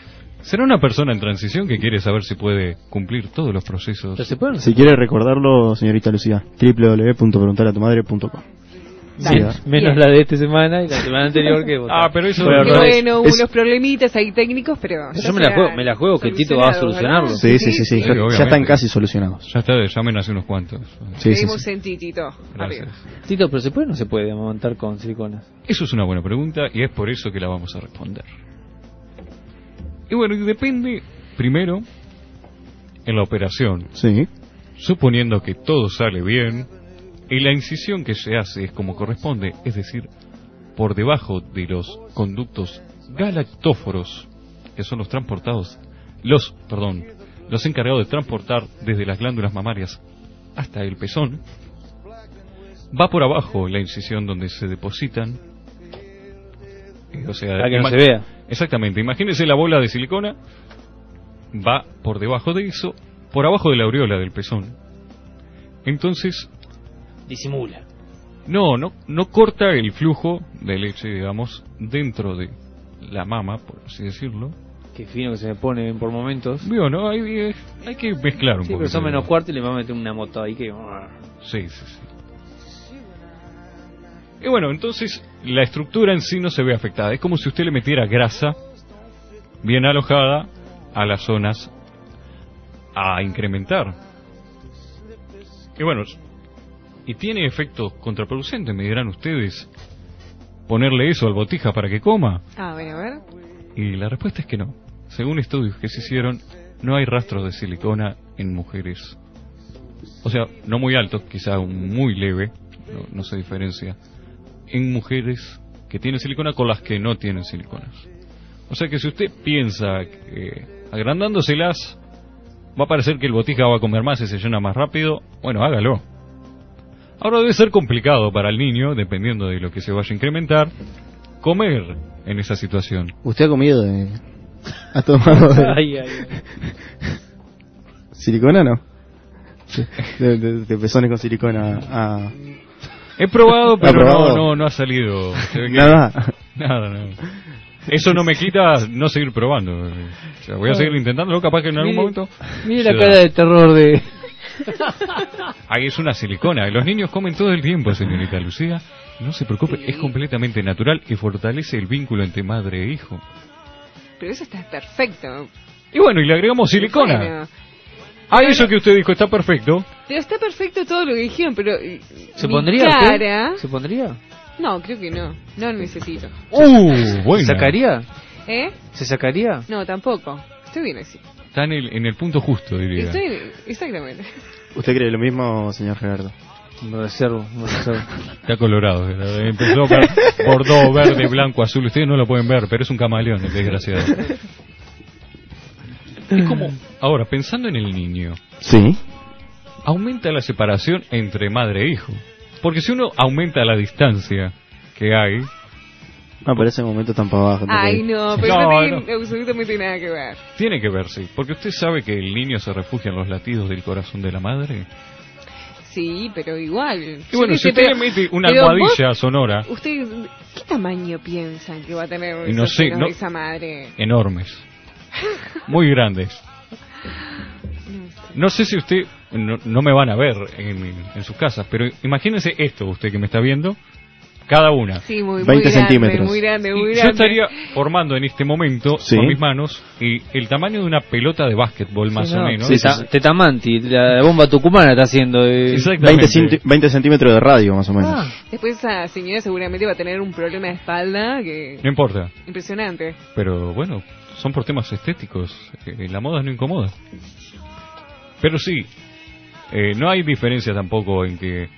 [SPEAKER 1] ¿Será una persona en transición que quiere saber si puede cumplir todos los procesos?
[SPEAKER 3] ¿Pero se puede?
[SPEAKER 2] Si quiere recordarlo, señorita Lucía, www.preguntalatumadre.com.
[SPEAKER 4] Dale.
[SPEAKER 2] Sí, ¿eh?
[SPEAKER 3] Menos la de esta semana y la semana anterior que votamos.
[SPEAKER 1] Ah, pero eso
[SPEAKER 3] Fue
[SPEAKER 1] es
[SPEAKER 3] al
[SPEAKER 4] Y
[SPEAKER 1] verdad.
[SPEAKER 3] revés.
[SPEAKER 4] bueno,
[SPEAKER 2] Es-
[SPEAKER 4] unos problemitas ahí técnicos, pero.
[SPEAKER 3] Yo
[SPEAKER 4] ya
[SPEAKER 3] me la
[SPEAKER 4] serán
[SPEAKER 3] juego- me la juego que Tito va a
[SPEAKER 4] solucionados,
[SPEAKER 3] solucionarlo.
[SPEAKER 2] Sí,
[SPEAKER 4] ¿verdad?
[SPEAKER 2] sí, sí, sí, ya- Ya,
[SPEAKER 1] obviamente.
[SPEAKER 2] están casi solucionados.
[SPEAKER 1] Ya está, llamen hace unos cuantos.
[SPEAKER 2] Sí, sí,
[SPEAKER 4] Creemos
[SPEAKER 2] sí.
[SPEAKER 4] en ti, Tito.
[SPEAKER 1] Gracias.
[SPEAKER 4] Arriba.
[SPEAKER 3] Tito, pero ¿se puede o no se puede amamantar con siliconas?
[SPEAKER 1] Eso es una buena pregunta y es por eso que la vamos a responder. Y bueno, y depende, primero, en la operación.
[SPEAKER 2] Sí.
[SPEAKER 1] Suponiendo que todo sale bien y la incisión que se hace es como corresponde, es decir, por debajo de los conductos galactóforos, que son los transportados, los, perdón, los encargados de transportar desde las glándulas mamarias hasta el pezón, va por abajo la incisión donde se depositan. eh, O sea,
[SPEAKER 3] Para que no
[SPEAKER 1] ima-
[SPEAKER 3] se vea.
[SPEAKER 1] Exactamente, imagínense la bola de silicona, va por debajo de eso, por abajo de la aureola del pezón, Entonces,
[SPEAKER 3] Disimula.
[SPEAKER 1] no, no, no corta el flujo de leche, digamos, dentro de la mama, por así decirlo.
[SPEAKER 3] Qué fino que se me pone por momentos.
[SPEAKER 1] Digo, no, hay, eh, hay que mezclar un
[SPEAKER 3] Sí,
[SPEAKER 1] poco.
[SPEAKER 3] pero son menos cuarto y le va a meter una moto ahí que...
[SPEAKER 1] Sí, sí, sí. Y bueno, entonces la estructura en sí no se ve afectada. Es como si usted le metiera grasa bien alojada a las zonas a incrementar. Y bueno, y tiene efectos contraproducentes, me dirán ustedes, ponerle eso al botija para que coma.
[SPEAKER 4] A ver, Ah, a ver.
[SPEAKER 1] Y la respuesta es que no. Según estudios que se hicieron, no hay rastros de silicona en mujeres. O sea, no muy altos, quizá un muy leve, no, no se diferencia, en mujeres que tienen silicona con las que no tienen siliconas. O sea que si usted piensa que eh, agrandándoselas va a parecer que el botija va a comer más y se llena más rápido, bueno, hágalo. Ahora debe ser complicado para el niño, dependiendo de lo que se vaya a incrementar, comer en esa situación.
[SPEAKER 2] ¿Usted ha comido de... ha tomado de-
[SPEAKER 3] Ay, ay, ay.
[SPEAKER 2] silicona, no? De, de- de pezones con silicona Ah. a...
[SPEAKER 1] He probado, pero
[SPEAKER 2] probado?
[SPEAKER 1] No, no, no ha salido. Se ve que-
[SPEAKER 2] Nada.
[SPEAKER 1] Nada, no. Eso no me quita no seguir probando. O sea, voy a seguir intentándolo, capaz que en algún
[SPEAKER 3] Mire-
[SPEAKER 1] momento.
[SPEAKER 3] Mire
[SPEAKER 1] se
[SPEAKER 3] la
[SPEAKER 1] da.
[SPEAKER 3] cara de terror de...
[SPEAKER 1] Ahí es una silicona. Los niños comen todo el tiempo, señorita Lucía. No se preocupe,
[SPEAKER 4] Sí.
[SPEAKER 1] es completamente natural y fortalece el vínculo entre madre e hijo.
[SPEAKER 4] Pero eso está perfecto.
[SPEAKER 1] Y bueno, y le agregamos silicona.
[SPEAKER 4] Bueno,
[SPEAKER 1] Ah, eso que usted dijo está perfecto.
[SPEAKER 4] pero está perfecto todo lo que dijeron, pero... eh,
[SPEAKER 3] ¿Se
[SPEAKER 4] mi
[SPEAKER 3] pondría? usted?
[SPEAKER 4] cara...
[SPEAKER 3] ¿Se pondría?
[SPEAKER 4] No, creo que no. No necesito.
[SPEAKER 1] Uh,
[SPEAKER 3] ¿Se
[SPEAKER 1] bueno.
[SPEAKER 3] sacaría?
[SPEAKER 4] ¿Eh?
[SPEAKER 3] ¿Se sacaría?
[SPEAKER 4] No, tampoco. Estoy bien así.
[SPEAKER 1] Está en el, en el punto justo, diría.
[SPEAKER 4] Estoy... Exactamente.
[SPEAKER 2] ¿Usted cree lo mismo, señor Gerardo?
[SPEAKER 3] Me reservo, me reservo.
[SPEAKER 1] Está colorado, ¿verdad? empezó por bordó, verde, blanco, azul. Ustedes no lo pueden ver, pero es un camaleón, el desgraciado. Es como, ahora, pensando en el niño,
[SPEAKER 2] Sí.
[SPEAKER 1] aumenta la separación entre madre e hijo. Porque si uno aumenta la distancia que hay,
[SPEAKER 2] Ah, por ese momento tan para abajo.
[SPEAKER 4] Ay, no, pero
[SPEAKER 1] No,
[SPEAKER 4] no, tiene absolutamente nada que ver.
[SPEAKER 1] tiene que verse. Porque usted sabe que el niño se refugia en los latidos del corazón de la madre.
[SPEAKER 4] Sí, pero igual.
[SPEAKER 1] Y bueno,
[SPEAKER 4] Yo qué
[SPEAKER 1] si
[SPEAKER 4] sé,
[SPEAKER 1] usted le
[SPEAKER 4] pero-
[SPEAKER 1] mete una
[SPEAKER 4] pero
[SPEAKER 1] almohadilla sonora,
[SPEAKER 4] vos- Usted, ¿qué tamaño piensan que va a tener
[SPEAKER 1] Y no
[SPEAKER 4] esos
[SPEAKER 1] sé,
[SPEAKER 4] senos
[SPEAKER 1] no-
[SPEAKER 4] de esa madre?
[SPEAKER 1] enormes, muy grandes. No sé si usted, no, no me van a ver en, en sus casas, pero imagínense esto, usted que me está viendo, cada una.
[SPEAKER 4] Sí, muy,
[SPEAKER 2] 20
[SPEAKER 4] muy grande,
[SPEAKER 2] centímetros.
[SPEAKER 4] Muy grande, muy
[SPEAKER 1] Y
[SPEAKER 4] grande.
[SPEAKER 1] yo estaría formando en este momento
[SPEAKER 2] Sí.
[SPEAKER 1] con mis manos y el tamaño de una pelota de básquetbol más
[SPEAKER 3] Sí,
[SPEAKER 1] o
[SPEAKER 3] no,
[SPEAKER 1] menos.
[SPEAKER 2] Sí,
[SPEAKER 3] Teta- Tetamanti, la bomba tucumana está haciendo. eh.
[SPEAKER 1] Exactamente.
[SPEAKER 2] 20, centi- 20 centímetros de radio, más o menos.
[SPEAKER 3] Ah,
[SPEAKER 4] Después esa señora seguramente va a tener un problema de espalda que...
[SPEAKER 1] No importa,
[SPEAKER 4] Impresionante.
[SPEAKER 1] pero bueno, son por temas estéticos. eh, La moda no incomoda. Pero sí, eh, no hay diferencia tampoco en que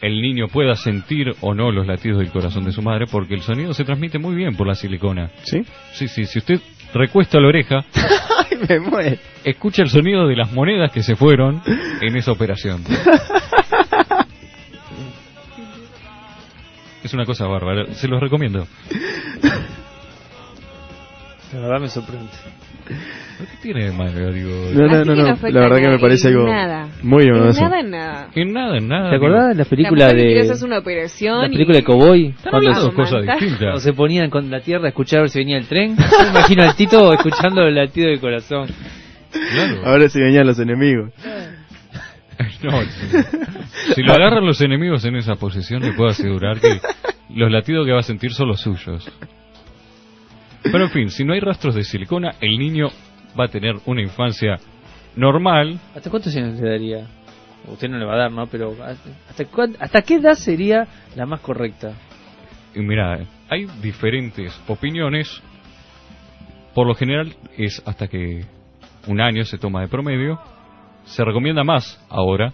[SPEAKER 1] el niño pueda sentir o no los latidos del corazón de su madre, porque el sonido se transmite muy bien por la silicona.
[SPEAKER 2] ¿Sí?
[SPEAKER 1] Sí, sí, si usted recuesta la oreja,
[SPEAKER 2] Ay, me muero.
[SPEAKER 1] escucha el sonido de las monedas que se fueron en esa operación. Es una cosa bárbara, se los recomiendo.
[SPEAKER 3] la verdad me sorprende.
[SPEAKER 1] ¿Pero ¿Qué tiene de malo? Digo,
[SPEAKER 2] No, no,
[SPEAKER 4] Así
[SPEAKER 2] no,
[SPEAKER 4] que
[SPEAKER 2] no.
[SPEAKER 4] afecta
[SPEAKER 2] La verdad
[SPEAKER 4] a
[SPEAKER 2] que me
[SPEAKER 4] nadie,
[SPEAKER 2] parece algo
[SPEAKER 4] nada.
[SPEAKER 2] muy
[SPEAKER 4] En
[SPEAKER 2] novedoso.
[SPEAKER 4] Nada, en nada.
[SPEAKER 1] en nada, en nada.
[SPEAKER 3] ¿Te
[SPEAKER 1] digo.
[SPEAKER 3] acordás de la película
[SPEAKER 4] la mujer que quiere
[SPEAKER 3] de.
[SPEAKER 4] hacerse una operación
[SPEAKER 3] La
[SPEAKER 4] y-
[SPEAKER 3] película de Cowboy?
[SPEAKER 1] Están
[SPEAKER 3] Cuando-
[SPEAKER 1] hablando de cosas
[SPEAKER 4] Samantha.
[SPEAKER 3] Cuando
[SPEAKER 1] distintas.
[SPEAKER 3] se ponían con la tierra a escuchar a ver si venía el tren. Yo me imagino al Tito escuchando el latido del corazón.
[SPEAKER 1] Claro.
[SPEAKER 2] Ahora sí venían los enemigos.
[SPEAKER 1] No, si, si lo agarran los enemigos en esa posición, le puedo asegurar que los latidos que va a sentir son los suyos. Pero en fin, si no hay rastros de silicona, el niño va a tener una infancia normal,
[SPEAKER 3] ¿Hasta cuántos años le daría? Usted no le va a dar, ¿no? Pero ¿hasta, hasta cuán- hasta qué edad sería la más correcta?
[SPEAKER 1] Y mira, hay diferentes opiniones. Por lo general es hasta que un año se toma de promedio. Se recomienda más ahora,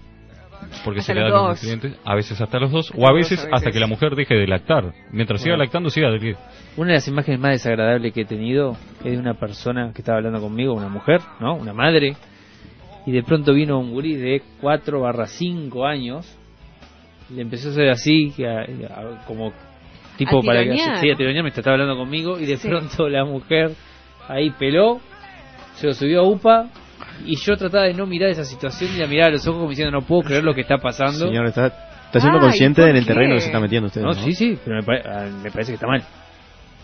[SPEAKER 1] porque
[SPEAKER 4] Hasta
[SPEAKER 1] se le
[SPEAKER 4] los
[SPEAKER 1] dan los
[SPEAKER 4] dos.
[SPEAKER 1] nutrientes, a veces hasta los dos, o
[SPEAKER 4] Hasta
[SPEAKER 1] a
[SPEAKER 4] los
[SPEAKER 1] veces,
[SPEAKER 4] dos, a
[SPEAKER 1] hasta
[SPEAKER 4] veces.
[SPEAKER 1] que la mujer deje de lactar. Mientras siga
[SPEAKER 3] Bueno.
[SPEAKER 1] lactando, siga de-
[SPEAKER 3] Una de las imágenes más desagradables que he tenido es de una persona que estaba hablando conmigo, una mujer, ¿no? Una madre. Y de pronto vino un gurí de 4 barra 5 años. Le empezó a hacer así, que a- a- como tipo
[SPEAKER 4] A
[SPEAKER 3] para que...
[SPEAKER 4] tironear.
[SPEAKER 3] Sí, a tironear, me estaba hablando conmigo. Y de
[SPEAKER 4] Sí.
[SPEAKER 3] pronto la mujer ahí peló, se lo subió a UPA Y yo trataba de no mirar esa situación y la miraba a los ojos como diciendo, no puedo creer lo que está pasando.
[SPEAKER 2] Señor, está, está siendo
[SPEAKER 4] Ay,
[SPEAKER 2] consciente
[SPEAKER 4] ¿por
[SPEAKER 2] en el
[SPEAKER 4] qué?
[SPEAKER 2] terreno que se está metiendo usted.
[SPEAKER 3] no,
[SPEAKER 2] ¿no?
[SPEAKER 3] sí, sí, pero me, pare- ah, me parece que está mal.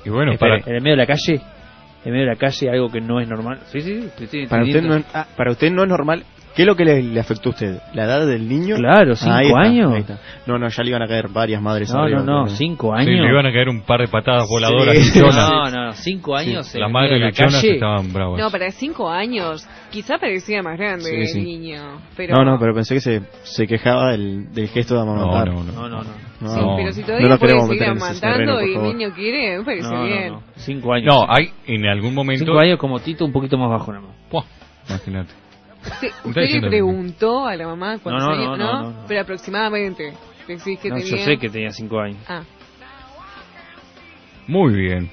[SPEAKER 1] Y bueno,
[SPEAKER 3] Espere,
[SPEAKER 1] para,
[SPEAKER 3] En el medio de la calle, en el medio de la calle, algo que no es normal. Sí, sí, sí, te estoy
[SPEAKER 2] Para usted,
[SPEAKER 3] entendiendo.
[SPEAKER 2] no, es- ah, para usted no es normal. ¿Qué es lo que le, le afectó a usted? ¿La edad del niño? Ah,
[SPEAKER 3] Claro, cinco
[SPEAKER 2] Ahí está,
[SPEAKER 3] años.
[SPEAKER 2] ahí está. No, no, ya le iban a caer varias madres.
[SPEAKER 3] No,
[SPEAKER 2] arriba,
[SPEAKER 3] no, no,
[SPEAKER 2] pero-
[SPEAKER 3] cinco
[SPEAKER 1] sí,
[SPEAKER 3] años.
[SPEAKER 1] le iban a caer un par de patadas voladoras.
[SPEAKER 2] Sí.
[SPEAKER 1] lichonas.
[SPEAKER 3] No, no, no, cinco años. en
[SPEAKER 1] Las
[SPEAKER 3] el
[SPEAKER 1] madres
[SPEAKER 3] medio de la
[SPEAKER 1] lechonas
[SPEAKER 3] calle.
[SPEAKER 1] estaban bravas.
[SPEAKER 4] No, para cinco años. Quizá parecía más grande
[SPEAKER 2] Sí, sí.
[SPEAKER 4] el niño. Pero...
[SPEAKER 2] No, no, pero pensé que se, se quejaba del, del gesto de
[SPEAKER 1] no,
[SPEAKER 2] amamantar.
[SPEAKER 1] no, no.
[SPEAKER 3] No, no, no.
[SPEAKER 2] No,
[SPEAKER 4] Sí,
[SPEAKER 1] no.
[SPEAKER 4] pero si
[SPEAKER 2] No
[SPEAKER 4] todavía
[SPEAKER 2] nos
[SPEAKER 4] puede
[SPEAKER 2] queremos
[SPEAKER 4] seguir
[SPEAKER 2] meter en ese terreno,
[SPEAKER 4] amamantando
[SPEAKER 2] por
[SPEAKER 4] y el
[SPEAKER 2] favor.
[SPEAKER 4] niño quiere, me parece
[SPEAKER 3] No, no,
[SPEAKER 4] bien.
[SPEAKER 3] no. Cinco años.
[SPEAKER 1] No, hay en algún momento.
[SPEAKER 3] Cinco años como Tito, un poquito más bajo nada más.
[SPEAKER 1] Buah, imagínate.
[SPEAKER 4] Usted, usted le
[SPEAKER 1] diciendo-
[SPEAKER 4] preguntó a la mamá cuántos
[SPEAKER 3] No, no, no,
[SPEAKER 4] años, ¿no?
[SPEAKER 3] no, no, no.
[SPEAKER 4] Pero aproximadamente. Decís que
[SPEAKER 3] No,
[SPEAKER 4] tenía...
[SPEAKER 3] yo sé que tenía cinco años.
[SPEAKER 4] Ah,
[SPEAKER 1] Muy bien.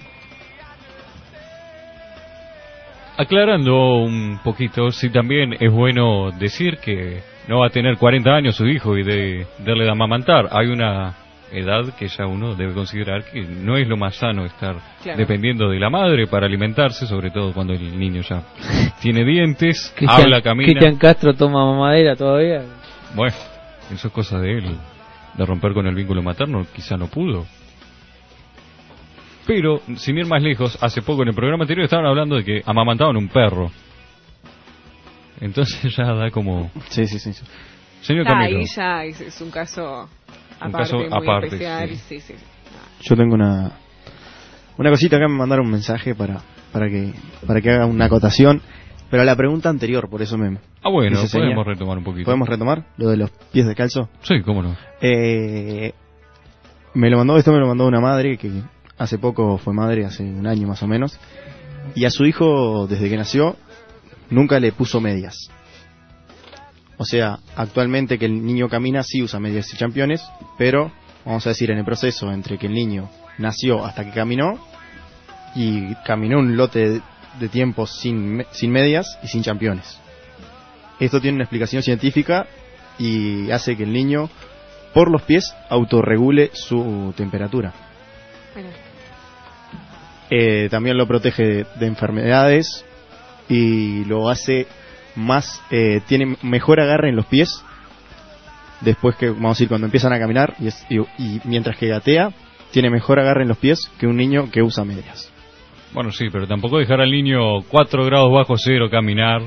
[SPEAKER 1] Aclarando un poquito, si también es bueno decir que no va a tener 40 años su hijo y de darle de amamantar. Hay una edad que ya uno debe considerar que no es lo más sano estar
[SPEAKER 4] Claro.
[SPEAKER 1] dependiendo de la madre para alimentarse, sobre todo cuando el niño ya tiene dientes,
[SPEAKER 3] Cristian-
[SPEAKER 1] habla, camina.
[SPEAKER 3] Cristian Castro toma mamadera todavía.
[SPEAKER 1] Bueno, eso es cosa de él. De romper con el vínculo materno, quizá no pudo. Pero, sin ir más lejos, hace poco en el programa anterior estaban hablando de que amamantaban un perro. Entonces ya da como...
[SPEAKER 2] Sí, sí, sí. sí.
[SPEAKER 1] Señor
[SPEAKER 4] está ahí
[SPEAKER 1] Camilo,
[SPEAKER 4] ya, es, es un caso aparte,
[SPEAKER 1] caso
[SPEAKER 4] muy
[SPEAKER 1] aparte,
[SPEAKER 4] especial. Sí, sí.
[SPEAKER 2] Yo tengo una una cosita acá me mandaron un mensaje para para que para que haga una acotación, pero a la pregunta anterior, por eso me
[SPEAKER 1] Ah, bueno,
[SPEAKER 2] Ese sería-
[SPEAKER 1] podemos retomar un poquito.
[SPEAKER 2] podemos retomar lo de los pies descalzos.
[SPEAKER 1] Sí, cómo no.
[SPEAKER 2] Eh, me lo mandó esto me lo mandó una madre que hace poco fue madre, hace un año más o menos, y a su hijo desde que nació nunca le puso medias. O sea, actualmente que el niño camina sí usa medias y championes, pero vamos a decir en el proceso entre que el niño nació hasta que caminó y caminó un lote de, de tiempo sin, me- sin medias y sin championes. Esto tiene una explicación científica y hace que el niño por los pies autorregule su temperatura.
[SPEAKER 4] Bueno,
[SPEAKER 2] Eh, también lo protege de, de enfermedades y lo hace más, eh, tiene mejor agarre en los pies. Después que, vamos a decir, cuando empiezan a caminar y, es- y- y mientras que gatea, tiene mejor agarre en los pies que un niño que usa medias.
[SPEAKER 1] Bueno, sí, pero tampoco dejar al niño 4 grados bajo cero caminar.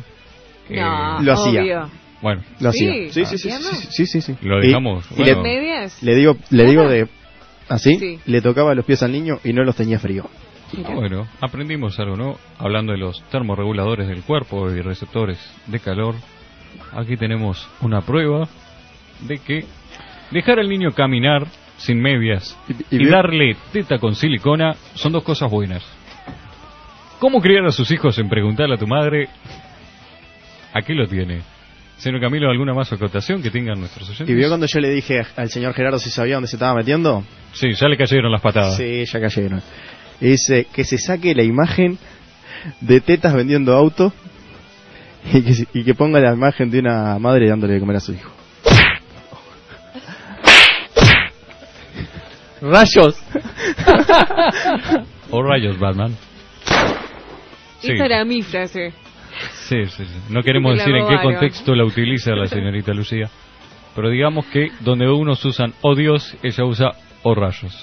[SPEAKER 1] Eh,
[SPEAKER 4] no,
[SPEAKER 2] lo hacía.
[SPEAKER 4] obvio.
[SPEAKER 1] Bueno,
[SPEAKER 2] Lo
[SPEAKER 4] Sí,
[SPEAKER 2] hacía. Sí, sí, sí,
[SPEAKER 4] ¿llama?
[SPEAKER 2] sí, sí, sí, sí.
[SPEAKER 1] Lo
[SPEAKER 2] Y-
[SPEAKER 1] dejamos,
[SPEAKER 2] y
[SPEAKER 1] bueno.
[SPEAKER 2] le,
[SPEAKER 4] ¿Medias?
[SPEAKER 2] le digo, le digo de, así,
[SPEAKER 4] Sí.
[SPEAKER 2] le tocaba los pies al niño y no los tenía frío.
[SPEAKER 1] Ah, bueno, aprendimos algo, ¿no? Hablando de los termorreguladores del cuerpo y receptores de calor, aquí tenemos una prueba de que dejar al niño caminar sin medias
[SPEAKER 2] Y-
[SPEAKER 1] y,
[SPEAKER 2] y-
[SPEAKER 1] darle teta con silicona son dos cosas buenas. ¿Cómo criar a sus hijos en preguntarle a tu madre? Aquí lo tiene. Señor Camilo, ¿alguna más acotación que tengan nuestros oyentes?
[SPEAKER 2] Y vio cuando yo le dije al señor Gerardo si sabía dónde se estaba metiendo.
[SPEAKER 1] Sí, ya le cayeron las patadas.
[SPEAKER 2] Sí, ya cayeron. Y dice que se saque la imagen de tetas vendiendo auto y que, se- y que ponga la imagen de una madre dándole de comer a su hijo.
[SPEAKER 3] ¡Rayos!
[SPEAKER 1] O rayos, Batman. Sí.
[SPEAKER 4] Esta era mi frase.
[SPEAKER 1] Sí, sí, sí. No queremos
[SPEAKER 4] Me la
[SPEAKER 1] decir en qué
[SPEAKER 4] robaron.
[SPEAKER 1] contexto la utiliza la señorita Lucía. Pero digamos que donde unos usan o Dios, ella usa o rayos.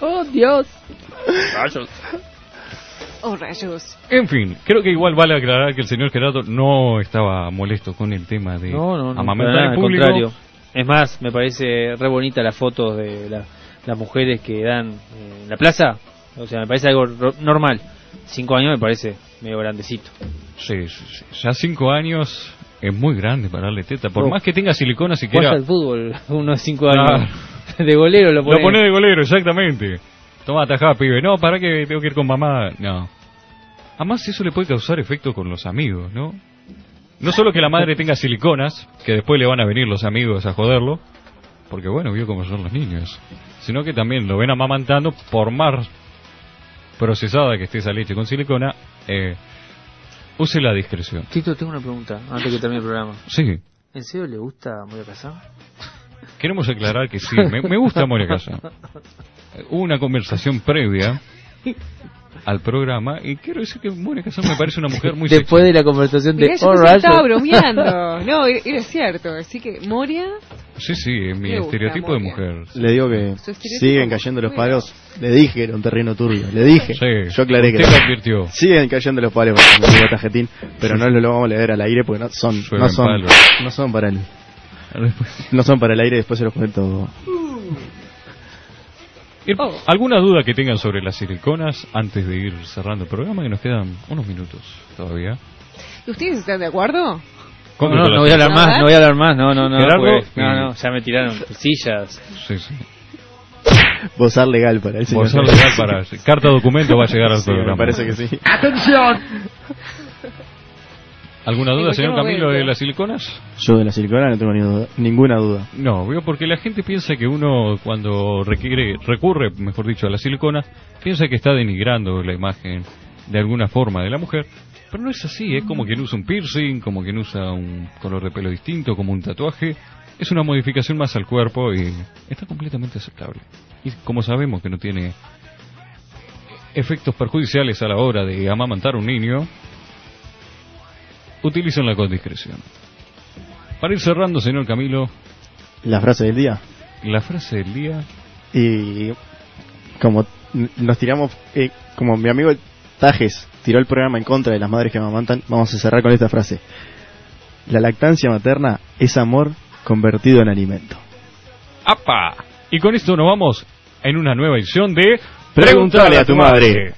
[SPEAKER 3] ¡Oh, Dios!
[SPEAKER 4] Oh, rayos.
[SPEAKER 1] En fin, creo que igual vale aclarar que el señor Gerardo no estaba molesto con el tema de
[SPEAKER 3] No, no, no. para
[SPEAKER 1] amamentar
[SPEAKER 3] nada,
[SPEAKER 1] al
[SPEAKER 3] al
[SPEAKER 1] público.
[SPEAKER 3] contrario. Es más, me parece re bonita las fotos de la- las mujeres que dan eh, en la plaza. O sea, me parece algo ro- normal. Cinco años me parece medio grandecito.
[SPEAKER 1] Sí, sí, sí. Ya cinco años es muy grande para darle teta. Por
[SPEAKER 3] No.
[SPEAKER 1] más que tenga silicona
[SPEAKER 3] Juega
[SPEAKER 1] siquiera.
[SPEAKER 3] al fútbol uno de cinco años. De golero lo pone.
[SPEAKER 1] Lo pone de golero, exactamente. Toma tajá, pibe. No, para que tengo que ir con mamá. No. Además, eso le puede causar efecto con los amigos, ¿no? No solo que la madre tenga siliconas, que después le van a venir los amigos a joderlo, porque bueno, vio cómo son los niños, sino que también lo ven amamantando por más procesada que esté esa leche con silicona, eh, use la discreción.
[SPEAKER 3] Tito, tengo una pregunta antes que termine el programa.
[SPEAKER 1] Sí,
[SPEAKER 3] ¿En serio le gusta Moria Casán?
[SPEAKER 1] queremos aclarar que sí, me, me gusta Moria Casa. Hubo una conversación previa al programa y quiero decir que Mónica Sosa me parece una mujer muy
[SPEAKER 5] Después de
[SPEAKER 1] sexy.
[SPEAKER 5] la conversación de
[SPEAKER 4] Mirá, yo
[SPEAKER 5] All
[SPEAKER 4] pensé que
[SPEAKER 5] Right.
[SPEAKER 4] estaba bromeando. No, era- era cierto. Así que Moria,
[SPEAKER 1] Sí, sí, es mi
[SPEAKER 4] Me gusta,
[SPEAKER 1] estereotipo de
[SPEAKER 4] Mónica.
[SPEAKER 1] mujer.
[SPEAKER 2] Le digo que
[SPEAKER 4] Su estereotipo
[SPEAKER 2] siguen cayendo los
[SPEAKER 4] bueno.
[SPEAKER 2] palos. Le dije que era un terreno turbio. Le dije.
[SPEAKER 1] Sí.
[SPEAKER 2] Yo aclaré que
[SPEAKER 1] Usted
[SPEAKER 2] no.
[SPEAKER 1] lo advirtió.
[SPEAKER 2] Siguen cayendo los palos, como digo Tajetín, pero no lo vamos a leer al aire porque no son,
[SPEAKER 1] Llueven
[SPEAKER 2] no son,
[SPEAKER 1] palos.
[SPEAKER 2] no son para el, no son para el aire. Después se los cuento.
[SPEAKER 1] Ir- ¿Alguna duda que tengan sobre las siliconas antes de ir cerrando el programa? Que nos quedan unos minutos todavía.
[SPEAKER 4] ¿ustedes están de acuerdo?
[SPEAKER 3] No,
[SPEAKER 1] Con
[SPEAKER 3] no, no voy a hablar más, no voy a hablar más, no, no, no.
[SPEAKER 1] Gerardo,
[SPEAKER 3] porque-
[SPEAKER 1] y-
[SPEAKER 3] no, no, ya me tiraron sillas.
[SPEAKER 1] Sí, sí.
[SPEAKER 2] Bozar legal para el señor.
[SPEAKER 1] Vamos a hacer legal para... Carta documento va a llegar al
[SPEAKER 2] Sí,
[SPEAKER 1] programa.
[SPEAKER 2] me parece que sí.
[SPEAKER 1] ¿Alguna duda,
[SPEAKER 4] En
[SPEAKER 1] señor
[SPEAKER 4] cualquier
[SPEAKER 1] Camilo, de
[SPEAKER 4] momento.
[SPEAKER 1] las siliconas?
[SPEAKER 2] Yo de la silicona no tengo ni duda- ninguna duda.
[SPEAKER 1] No, veo porque la gente piensa que uno cuando requiere, recurre, mejor dicho, a la silicona, piensa que está denigrando la imagen de alguna forma de la mujer, pero no es así, es como quien usa un piercing, como quien usa un color de pelo distinto, como un tatuaje, es una modificación más al cuerpo y está completamente aceptable. Y como sabemos que no tiene efectos perjudiciales a la hora de amamantar a un niño, utilícenla con discreción. Para ir cerrando, señor Camilo,
[SPEAKER 2] La frase del día.
[SPEAKER 1] la frase del día.
[SPEAKER 2] Y como n- nos tiramos, eh, como mi amigo Tajes tiró el programa en contra de las madres que amamantan, vamos a cerrar con esta frase. La lactancia materna es amor convertido en alimento.
[SPEAKER 1] ¡Apa! Y con esto nos vamos en una nueva edición de
[SPEAKER 2] Preguntale a tu madre.